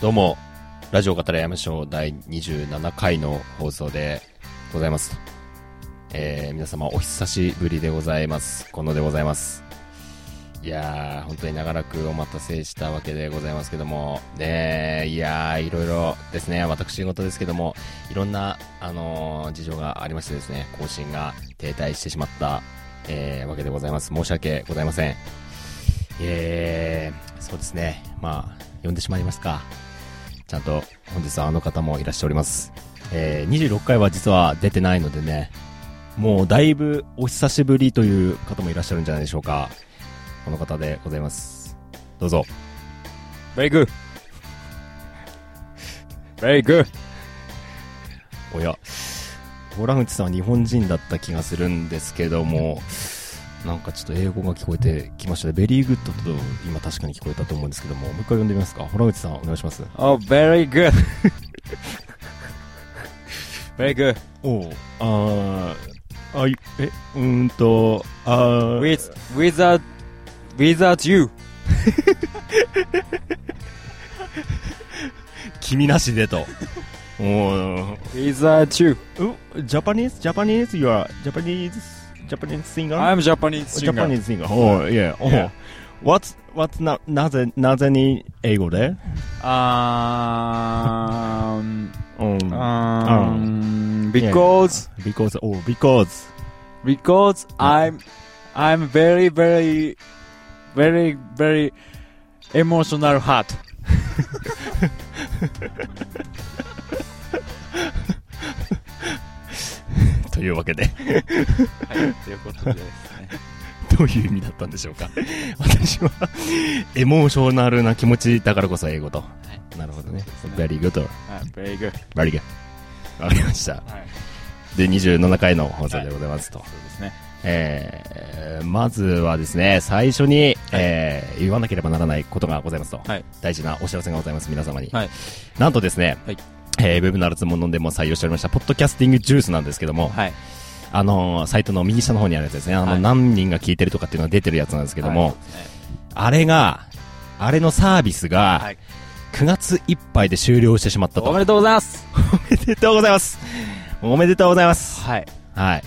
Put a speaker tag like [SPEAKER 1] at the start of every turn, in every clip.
[SPEAKER 1] どうも、ラジオ語り山賞第27回の放送でございます。えー、皆様お久しぶりでございます。このでございます。いやー、本当に長らくお待たせしたわけでございますけども、ねーいやー、いろいろですね、私事ですけども、いろんな、あのー事情がありましてですね、更新が停滞してしまった、えーわけでございます。申し訳ございません。えー、そうですね、まあ、呼んでしまいますか。ちゃんと本日はあの方もいらっしゃおります。えー、26回は実は出てないのでね、もうだいぶお久しぶりという方もいらっしゃるんじゃないでしょうか。この方でございます。どうぞ。
[SPEAKER 2] レイクレイク
[SPEAKER 1] おや、ホランチさんは日本人だった気がするんですけども、なんかちょっと英語が聞こえてきましたね。ベリーグッドと今確かに聞こえたと思うんですけども、もう一回呼んでみますか。ホランチさんお願いします。
[SPEAKER 2] Oh, very good! レイク
[SPEAKER 1] おう、あー、あい、え、うーんと、あー
[SPEAKER 2] with, without, without you!
[SPEAKER 1] 君なしでと。 お
[SPEAKER 2] Without you!
[SPEAKER 1] ジャパニーズ、ジャパニーズ、you are Japanese, Japanese singer?
[SPEAKER 2] I'm Japanese singer.
[SPEAKER 1] Japanese singer. Oh, yeah. Oh.
[SPEAKER 2] Yeah.
[SPEAKER 1] What's, what's な、なぜ、なぜに英語で
[SPEAKER 2] Um,
[SPEAKER 1] うん。
[SPEAKER 2] um, because,
[SPEAKER 1] because, oh, because.
[SPEAKER 2] because I'm, I'm very, very, very, very emotional heart.
[SPEAKER 1] というわけで、
[SPEAKER 2] はい、ということでですね。
[SPEAKER 1] どういう意味だったんでしょうか。 私は、 エモーショナルな気持ちだからこそ英語と。なるほどね
[SPEAKER 2] そうで。すね
[SPEAKER 1] very good.
[SPEAKER 2] はい、very good.
[SPEAKER 1] very good. わかりました。
[SPEAKER 2] はい。
[SPEAKER 1] で、27回の放送でございますと。
[SPEAKER 2] そうですね。
[SPEAKER 1] えーまずはですね、最初に、えー言わなければならないことがございますと、
[SPEAKER 2] はい。
[SPEAKER 1] 大事なお知らせがございます、皆様に。
[SPEAKER 2] はい。
[SPEAKER 1] なんとですね、
[SPEAKER 2] はい
[SPEAKER 1] えーウェブならつものでも採用しておりました、ポッドキャスティングジュースなんですけども、
[SPEAKER 2] はい。
[SPEAKER 1] あのーサイトの右下の方にあるやつですね、あの、
[SPEAKER 2] はい
[SPEAKER 1] 何人が聞いてるとかっていうのが出てるやつなんですけども、
[SPEAKER 2] はい、
[SPEAKER 1] あれが、あれのサービス
[SPEAKER 2] は
[SPEAKER 1] が
[SPEAKER 2] い、
[SPEAKER 1] 9月いっぱいで終了してしまったと。
[SPEAKER 2] おめでとうございます
[SPEAKER 1] おめでとうございます。おめでとうございます。
[SPEAKER 2] はい。
[SPEAKER 1] はい。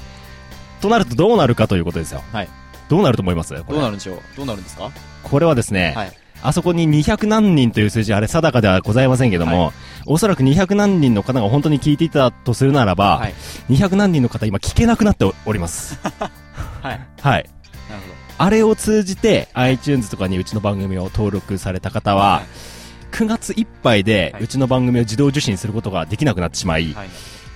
[SPEAKER 1] となるとどうなるかということですよ。
[SPEAKER 2] はい。
[SPEAKER 1] どうなると思いますこ
[SPEAKER 2] どう
[SPEAKER 1] れ
[SPEAKER 2] なるんでしょうどうなるんですか
[SPEAKER 1] これはですね、
[SPEAKER 2] はい。
[SPEAKER 1] あそこに200何人という数字、あれ定かではございませんけども、おそらく200何人の方が本当に聞いていたとするならば、
[SPEAKER 2] はい。
[SPEAKER 1] 200何人の方今聞けなくなっており ます。
[SPEAKER 2] はい。
[SPEAKER 1] はい。
[SPEAKER 2] なる
[SPEAKER 1] あれを通じて iTunes とかにうちの番組を登録された方は、
[SPEAKER 2] はい
[SPEAKER 1] 9月いっぱいで
[SPEAKER 2] はいう
[SPEAKER 1] ちの番組を自動受信することができなくなってしまい、
[SPEAKER 2] ほど。はい。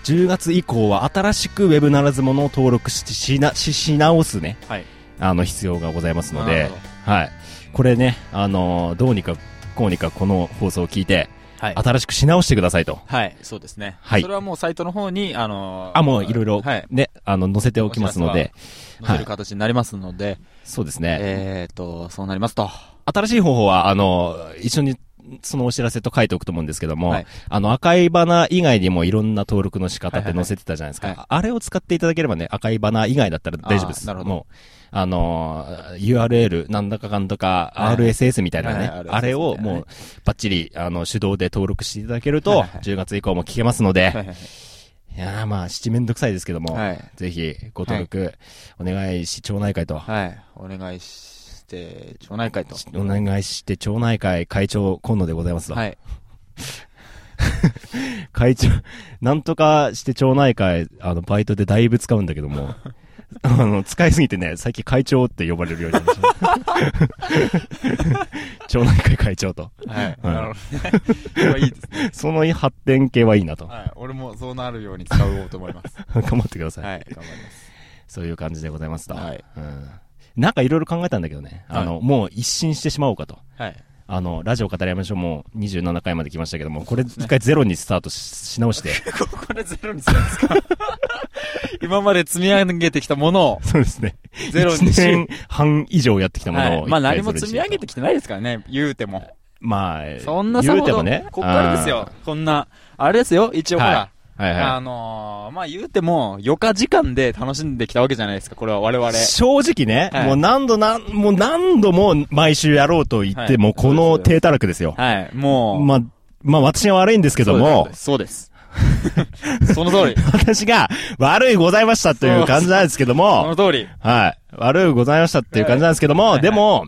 [SPEAKER 1] 10月以降は新しくウェブならずものを登録ししなしし直すね、
[SPEAKER 2] はい。
[SPEAKER 1] あの必要がございますの
[SPEAKER 2] な
[SPEAKER 1] で
[SPEAKER 2] るほ、
[SPEAKER 1] はい。これね、あのーどうにかこうにかこの放送を聞いて、
[SPEAKER 2] はい。
[SPEAKER 1] 新しくし直してくださいと。
[SPEAKER 2] はい。そうですね。
[SPEAKER 1] はい
[SPEAKER 2] それはもうサイトの方に、あのー
[SPEAKER 1] あ、もういろいろ
[SPEAKER 2] はい。
[SPEAKER 1] ね、あの、載せておきますので、
[SPEAKER 2] 載せる形になりますので、
[SPEAKER 1] そうですね。
[SPEAKER 2] えーっと、そうなりますと。
[SPEAKER 1] 新しい方法は、あの、一緒に、そのお知らせと書いておくと思うんですけども、
[SPEAKER 2] はい
[SPEAKER 1] あの、赤いバナー以外にもいろんな登録の仕方っ
[SPEAKER 2] は
[SPEAKER 1] て
[SPEAKER 2] いはいは
[SPEAKER 1] 載せ
[SPEAKER 2] い
[SPEAKER 1] てたじゃないですか。
[SPEAKER 2] はい
[SPEAKER 1] あれを使っていただければね、赤いバナー以外だったら大丈夫です。
[SPEAKER 2] あーなるほど
[SPEAKER 1] もう、あのー、URL、なんだかかんだか、
[SPEAKER 2] はい
[SPEAKER 1] RSS みたいなね、
[SPEAKER 2] はいはい
[SPEAKER 1] あれを
[SPEAKER 2] RSS みたいなね
[SPEAKER 1] もう、バッチリ、あの、手動で登録していただけると、
[SPEAKER 2] はいはいはい
[SPEAKER 1] 10月以降も聞けますので、
[SPEAKER 2] はい
[SPEAKER 1] い、
[SPEAKER 2] はい
[SPEAKER 1] やーまあ、七面倒くさいですけども、
[SPEAKER 2] はい。はい。
[SPEAKER 1] ぜひ、ご登録、お願いし、町内会と、
[SPEAKER 2] はい。お願いして、町内会と。
[SPEAKER 1] お願いして、町内会会長、今野でございますわ
[SPEAKER 2] はい。
[SPEAKER 1] 会長、なんとかして町内会、あの、バイトでだいぶ使うんだけど も、あの、使いすぎてね、最近会長って呼ばれるようになりま した。町内会会長と。
[SPEAKER 2] はい。なるほどね。 これはいいですね。
[SPEAKER 1] その発展系はいいなと。
[SPEAKER 2] はい。俺もそうなるように使おうと思 います。
[SPEAKER 1] 頑張ってください。
[SPEAKER 2] はい。頑張ります。
[SPEAKER 1] そういう感じでございました。
[SPEAKER 2] はい
[SPEAKER 1] うんなんかいろいろ考えたんだけどね、あの、もう一新してしまおうかと。
[SPEAKER 2] はい。
[SPEAKER 1] あの、ラジオ語りやめましょう。もう27回まで来ましたけども、これ一回ゼロにスタートしし直 して。
[SPEAKER 2] ここでゼロにするんですか 今まで積み上げてきたものを、
[SPEAKER 1] そうですね。
[SPEAKER 2] ゼロに
[SPEAKER 1] 1
[SPEAKER 2] し
[SPEAKER 1] 年半以上やってきたものを、
[SPEAKER 2] はい、まあ何も積み上げてきてないですからね、言うても。
[SPEAKER 1] まあ、
[SPEAKER 2] そんなさ
[SPEAKER 1] 言う
[SPEAKER 2] ほ
[SPEAKER 1] て
[SPEAKER 2] ど、
[SPEAKER 1] もね。
[SPEAKER 2] こっからですよ。こんな、あれですよ、一応ほら、
[SPEAKER 1] あー。はい
[SPEAKER 2] あ
[SPEAKER 1] は
[SPEAKER 2] のー、まあ言うても、余暇時間で楽しんできたわけじゃないですか、これは我々。
[SPEAKER 1] い。正直ね、
[SPEAKER 2] はい
[SPEAKER 1] もう何度なん、もう何度も毎週やろうと言っても、
[SPEAKER 2] はい
[SPEAKER 1] この低たらくですよ。
[SPEAKER 2] はい、もう、
[SPEAKER 1] まあ、まあ私が悪いんですけども、
[SPEAKER 2] そうです。そうです そ の通り。
[SPEAKER 1] 私が悪いございましたという感じなんですけど
[SPEAKER 2] そ
[SPEAKER 1] も
[SPEAKER 2] の、通り。
[SPEAKER 1] はい。悪いございましたっていう感じなんですけども、
[SPEAKER 2] はい
[SPEAKER 1] でも、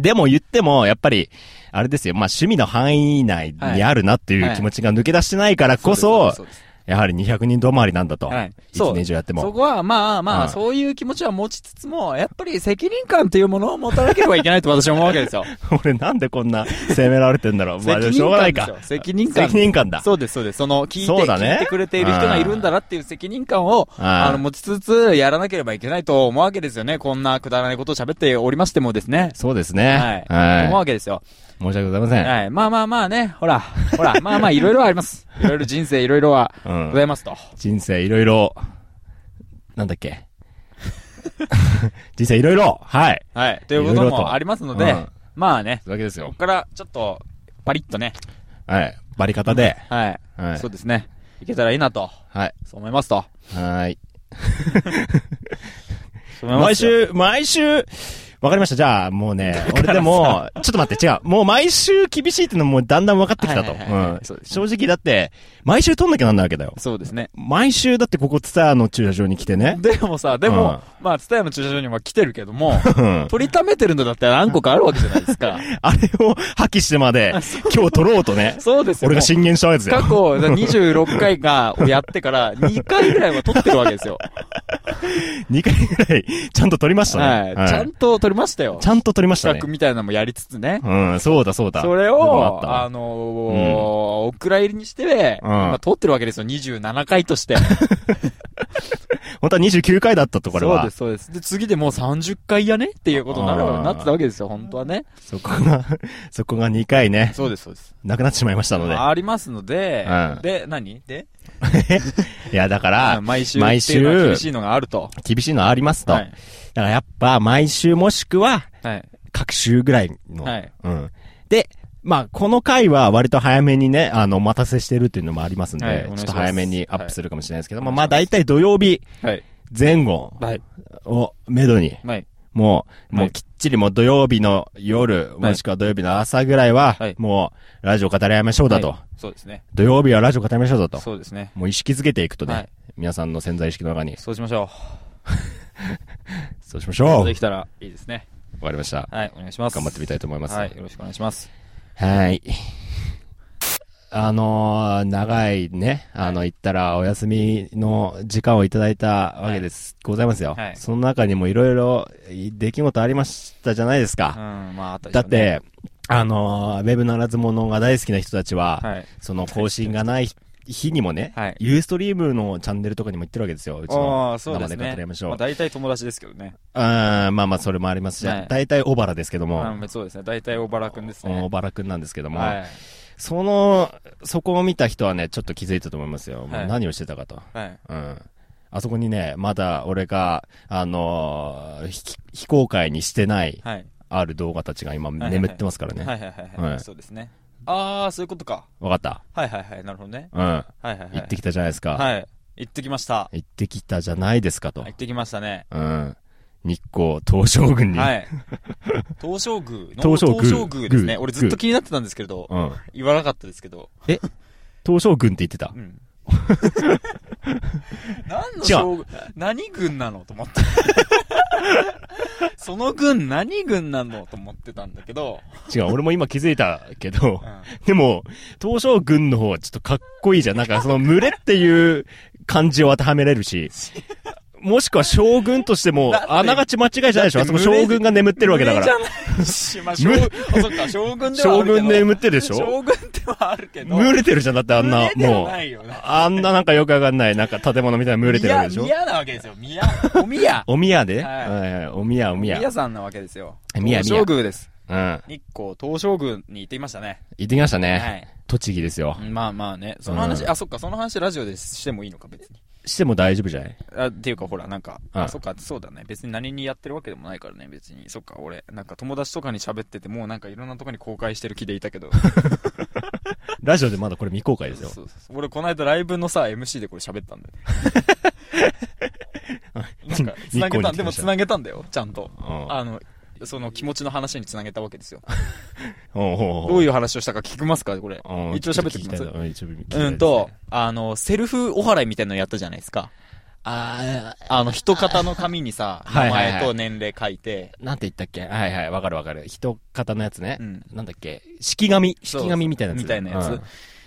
[SPEAKER 1] でも言っても、やっぱり、あれですよ、まあ趣味の範囲内にあるなっていう気持ちが抜け出してないからこそ、
[SPEAKER 2] うです
[SPEAKER 1] やはり200人止まりなんだと。
[SPEAKER 2] はい
[SPEAKER 1] 1年以上やって
[SPEAKER 2] そ
[SPEAKER 1] も。
[SPEAKER 2] こは、まあま
[SPEAKER 1] うん
[SPEAKER 2] あ、そういう気持ちは持ちつつも、やっぱり責任感というものを持たなければいけないと私は思うわけですよ。
[SPEAKER 1] 俺なんでこんな責められてんだ ろう。 まあでもしょうがないか。
[SPEAKER 2] 責任感ですよ責任感
[SPEAKER 1] 責任感だ。
[SPEAKER 2] そうです、そうです。その、聞いて、
[SPEAKER 1] そうだね
[SPEAKER 2] 聞いてくれている人がいるんだなっていう責任感を、
[SPEAKER 1] うん
[SPEAKER 2] あの、持ちつつ、やらなければいけないと思うわけですよね。こんなくだらないことを喋っておりましてもですね。
[SPEAKER 1] そうですね
[SPEAKER 2] は。い。
[SPEAKER 1] はい。
[SPEAKER 2] 思うわけですよ。
[SPEAKER 1] 申し訳ございません。
[SPEAKER 2] はい。まあまあまあね、ほら、ほら、 まあまあ、いろいろあります。いろいろ人生いろいろは、
[SPEAKER 1] う
[SPEAKER 2] ござ
[SPEAKER 1] ん。
[SPEAKER 2] いますと。
[SPEAKER 1] 人生いろいろ、なんだっけ。 人生いろいろ、はい。
[SPEAKER 2] はい。ということ
[SPEAKER 1] いろいろと
[SPEAKER 2] もありますの
[SPEAKER 1] う
[SPEAKER 2] で
[SPEAKER 1] ん、
[SPEAKER 2] まあね、
[SPEAKER 1] そういうわけです
[SPEAKER 2] こ
[SPEAKER 1] よ
[SPEAKER 2] こ。からちょっと、パリッとね、
[SPEAKER 1] はい。バリ方で。
[SPEAKER 2] はい。
[SPEAKER 1] はい
[SPEAKER 2] そうですね。いけたらいいなと、
[SPEAKER 1] はい。
[SPEAKER 2] そう思いますと。
[SPEAKER 1] はい。
[SPEAKER 2] そう思いま
[SPEAKER 1] 毎
[SPEAKER 2] すよ。
[SPEAKER 1] 週、毎週、わかりました。じゃあ、もう ね、俺でも、ちょっと待って、違う。もう毎週厳しいってのももうだんだん分かってきたと。
[SPEAKER 2] はいはいはいはい
[SPEAKER 1] うん
[SPEAKER 2] そうです
[SPEAKER 1] 正直だって、毎週撮んなきゃなんないわけだよ。
[SPEAKER 2] そうですね。
[SPEAKER 1] 毎週だってここツタヤの駐車場に来てね。
[SPEAKER 2] でもさ、でも、まあ、ツタヤの駐車場には来てるけども、
[SPEAKER 1] うん
[SPEAKER 2] 取りためてるのだって何個かあるわけじゃないで すか。
[SPEAKER 1] あれを破棄してまで、今日撮ろうと ね。
[SPEAKER 2] そうですよ。
[SPEAKER 1] 俺が進言したやつ
[SPEAKER 2] 過
[SPEAKER 1] よ
[SPEAKER 2] 去。26回が、をやってから、2回ぐらいは取ってるわけですよ。
[SPEAKER 1] 2回ぐらい、ちゃんと撮りました
[SPEAKER 2] は
[SPEAKER 1] ね。
[SPEAKER 2] い。ちゃんと取りましたよ。
[SPEAKER 1] ちゃんと撮りましたね
[SPEAKER 2] 企画。みたいなのもやりつつね。
[SPEAKER 1] うん、そうだそうだ。
[SPEAKER 2] そ
[SPEAKER 1] そうい
[SPEAKER 2] れ
[SPEAKER 1] うのもあっ
[SPEAKER 2] を、
[SPEAKER 1] た
[SPEAKER 2] あ
[SPEAKER 1] わ
[SPEAKER 2] のー、お蔵入りにして、
[SPEAKER 1] うん
[SPEAKER 2] 今撮ってるわけですよ。27回として。
[SPEAKER 1] 本当は29回だったと、これ
[SPEAKER 2] そう
[SPEAKER 1] は
[SPEAKER 2] です、。そうです。で、次でもう30回やねっていうことになる
[SPEAKER 1] あー
[SPEAKER 2] なってたわけですよ、本当はね。
[SPEAKER 1] そこが、 そこが2回ね、
[SPEAKER 2] そうです、そうです。
[SPEAKER 1] なくなってしまいましたので。
[SPEAKER 2] ありますので
[SPEAKER 1] うん、
[SPEAKER 2] で、何で
[SPEAKER 1] いや、だから、
[SPEAKER 2] うん毎週っていうのは
[SPEAKER 1] 毎週
[SPEAKER 2] 厳しいのがあると。
[SPEAKER 1] 厳しいのはありますと。
[SPEAKER 2] はい。
[SPEAKER 1] だからやっぱ、毎週もしくは、
[SPEAKER 2] はい。
[SPEAKER 1] 各週ぐらいの。
[SPEAKER 2] はい
[SPEAKER 1] うん。で、まあ、この回は割と早めにね、あの、お待たせしてるっていうのもありますんで、
[SPEAKER 2] はいお
[SPEAKER 1] ち
[SPEAKER 2] 願
[SPEAKER 1] ょ
[SPEAKER 2] いしま
[SPEAKER 1] っ
[SPEAKER 2] す
[SPEAKER 1] と早めにアップするかもしれないですけども、
[SPEAKER 2] はい
[SPEAKER 1] まあ、大体土曜日
[SPEAKER 2] はい。
[SPEAKER 1] 前後
[SPEAKER 2] はい。
[SPEAKER 1] をめどに、
[SPEAKER 2] はい。
[SPEAKER 1] もう、も
[SPEAKER 2] は
[SPEAKER 1] う
[SPEAKER 2] い
[SPEAKER 1] きっちりもう土曜日の夜、もしくは土曜日の朝ぐらいは、
[SPEAKER 2] はい
[SPEAKER 1] もう、ラジオ語り合いましょうだと。
[SPEAKER 2] はい。そうですね。
[SPEAKER 1] 土曜日はラジオ語り合いましょうだと。
[SPEAKER 2] そうですね。
[SPEAKER 1] もう意識づけていくとね、
[SPEAKER 2] はい
[SPEAKER 1] 皆さんの潜在意識の中に、
[SPEAKER 2] そうしましょ
[SPEAKER 1] そうしまし
[SPEAKER 2] う。
[SPEAKER 1] ょう。
[SPEAKER 2] できたらいいですね。
[SPEAKER 1] わかりました。
[SPEAKER 2] はい。お願いします。
[SPEAKER 1] 頑張ってみたいと思います。
[SPEAKER 2] はい。よろしくお願いします。
[SPEAKER 1] はい。あのー長いね、あの、言ったらお休みの時間をいただいたわけです、ございますよ。
[SPEAKER 2] はい
[SPEAKER 1] その中にもいろいろ出来事ありましたじゃないです
[SPEAKER 2] うん、
[SPEAKER 1] か。
[SPEAKER 2] まあ、あったり
[SPEAKER 1] だっ、て、あのーウェブならず者が大好きな人たちは、
[SPEAKER 2] はい。
[SPEAKER 1] その更新がない日にもね、
[SPEAKER 2] はい
[SPEAKER 1] ユーストリームのチャンネルとかにも行ってるわけですよ、うち
[SPEAKER 2] あ
[SPEAKER 1] の。
[SPEAKER 2] あ、そうで
[SPEAKER 1] 生
[SPEAKER 2] す
[SPEAKER 1] で語
[SPEAKER 2] ね。
[SPEAKER 1] りましょう
[SPEAKER 2] あ、大体友達ですけどね。
[SPEAKER 1] あーまあまあ、それもありますし、
[SPEAKER 2] はい
[SPEAKER 1] 大体小原ですけども、
[SPEAKER 2] うんそうですね。大体小原くんです
[SPEAKER 1] 小
[SPEAKER 2] ね。
[SPEAKER 1] 原くんなんですけども、
[SPEAKER 2] は
[SPEAKER 1] その、そこを見た人はね、ちょっと気づいたと思いますよ。も
[SPEAKER 2] は
[SPEAKER 1] う
[SPEAKER 2] い
[SPEAKER 1] 何をしてたかと。
[SPEAKER 2] い。はい。
[SPEAKER 1] うん。あそこにね、まだ俺が、あのーひ非公開にしてない、
[SPEAKER 2] はい。
[SPEAKER 1] ある動画たちが今
[SPEAKER 2] はいはい
[SPEAKER 1] 眠ってますからね。
[SPEAKER 2] はいはいはい
[SPEAKER 1] は
[SPEAKER 2] はいい。そうですね。ああ、そういうことか。
[SPEAKER 1] わかった。
[SPEAKER 2] はいはいはい。なるほどね。
[SPEAKER 1] うん。
[SPEAKER 2] はいはいはい。
[SPEAKER 1] 行ってきたじゃないですか。
[SPEAKER 2] はい。行ってきました。
[SPEAKER 1] 行ってきたじゃないですかと。
[SPEAKER 2] 行ってきましたね。
[SPEAKER 1] うん。日光東照宮に。
[SPEAKER 2] はい。東照宮の。
[SPEAKER 1] 東照宮
[SPEAKER 2] 東照宮ですね。
[SPEAKER 1] 宮
[SPEAKER 2] 俺ずっと気になってたんですけれど、
[SPEAKER 1] うん。
[SPEAKER 2] 言わなかったですけど。
[SPEAKER 1] 東照宮って言ってた
[SPEAKER 2] う。ん。
[SPEAKER 1] 違
[SPEAKER 2] 何の
[SPEAKER 1] う
[SPEAKER 2] 将軍、何軍なのと思って。 その軍何軍なのと思ってたんだけど、
[SPEAKER 1] 違う、俺も今気づいたけど
[SPEAKER 2] う、ん
[SPEAKER 1] でも、東照軍の方はちょっとかっこいいじゃん。なんかその群れっていう漢字を当てはめれるし、もしくは将軍としても
[SPEAKER 2] だって、
[SPEAKER 1] あながち間違いじゃないでしょ。あ
[SPEAKER 2] だ
[SPEAKER 1] そ
[SPEAKER 2] っ
[SPEAKER 1] こ
[SPEAKER 2] て群れ
[SPEAKER 1] 将軍が眠ってるわけだから。
[SPEAKER 2] 群れじゃないし、まあ、将
[SPEAKER 1] 群れ
[SPEAKER 2] あそっか、将軍ではあ
[SPEAKER 1] 将
[SPEAKER 2] るけど。
[SPEAKER 1] 軍眠ってるでしょ
[SPEAKER 2] 将軍ではあるけど。
[SPEAKER 1] 群れてるじゃん。だってあんな、
[SPEAKER 2] 群れでは
[SPEAKER 1] もう、
[SPEAKER 2] ないよな
[SPEAKER 1] あんななんかよくわかんない、なんか建物みたいな群れてるわけでしょ。
[SPEAKER 2] 宮宮なわけですよ。宮。お 宮。
[SPEAKER 1] お宮で、
[SPEAKER 2] はい
[SPEAKER 1] はいはい、お宮、お宮。うん。
[SPEAKER 2] 宮さんなわけですよ。
[SPEAKER 1] 宮宮
[SPEAKER 2] 東照宮です。
[SPEAKER 1] 行
[SPEAKER 2] 日光東照宮に行ってきましたね。
[SPEAKER 1] ってきましたね。
[SPEAKER 2] はい。
[SPEAKER 1] 栃木ですよ。
[SPEAKER 2] まあまあね。その
[SPEAKER 1] う
[SPEAKER 2] 話、
[SPEAKER 1] ん
[SPEAKER 2] あ、そっか、その話ラジオでしてもいいのか、別に。
[SPEAKER 1] しても大丈夫じゃない
[SPEAKER 2] あっていうか、ほら、なんか、
[SPEAKER 1] うん
[SPEAKER 2] あ、そっか、そうだね。別に何にやってるわけでもないからね、別に。そっか、俺、なんか友達とかに喋ってて、もうなんかいろんなとこに公開してる気でい たけど。
[SPEAKER 1] ラジオでまだこれ未公開です
[SPEAKER 2] そう
[SPEAKER 1] よ。
[SPEAKER 2] そうそう俺、この間ライブのさ、MC でこれ 喋ったんだよ。なんか、
[SPEAKER 1] 日
[SPEAKER 2] 繋
[SPEAKER 1] 光
[SPEAKER 2] げ
[SPEAKER 1] に
[SPEAKER 2] た
[SPEAKER 1] 来
[SPEAKER 2] で
[SPEAKER 1] ま
[SPEAKER 2] も
[SPEAKER 1] した
[SPEAKER 2] 繋げたんだよ、ちゃんと。
[SPEAKER 1] うん
[SPEAKER 2] あの、その気持ちの話につなげたわけですよ。
[SPEAKER 1] おうお
[SPEAKER 2] どう
[SPEAKER 1] う
[SPEAKER 2] いう話をしたか聞きますかこれ。
[SPEAKER 1] おう
[SPEAKER 2] 一応喋ってきます
[SPEAKER 1] ちょと聞きたいなうん一応聞きたいですね
[SPEAKER 2] うんと、あの、セルフお祓いみたいなのやったじゃないですか。
[SPEAKER 1] あ
[SPEAKER 2] あの、人型の紙にさ、
[SPEAKER 1] はい
[SPEAKER 2] 名
[SPEAKER 1] はいはい
[SPEAKER 2] 前と年齢書いて、
[SPEAKER 1] ーなんて言ったっけはいはい、わかるわかる。人型のやつね
[SPEAKER 2] う。ん。
[SPEAKER 1] なんだっけ式紙
[SPEAKER 2] そう
[SPEAKER 1] 式紙みたいなやつ。
[SPEAKER 2] みたいなやつ
[SPEAKER 1] うん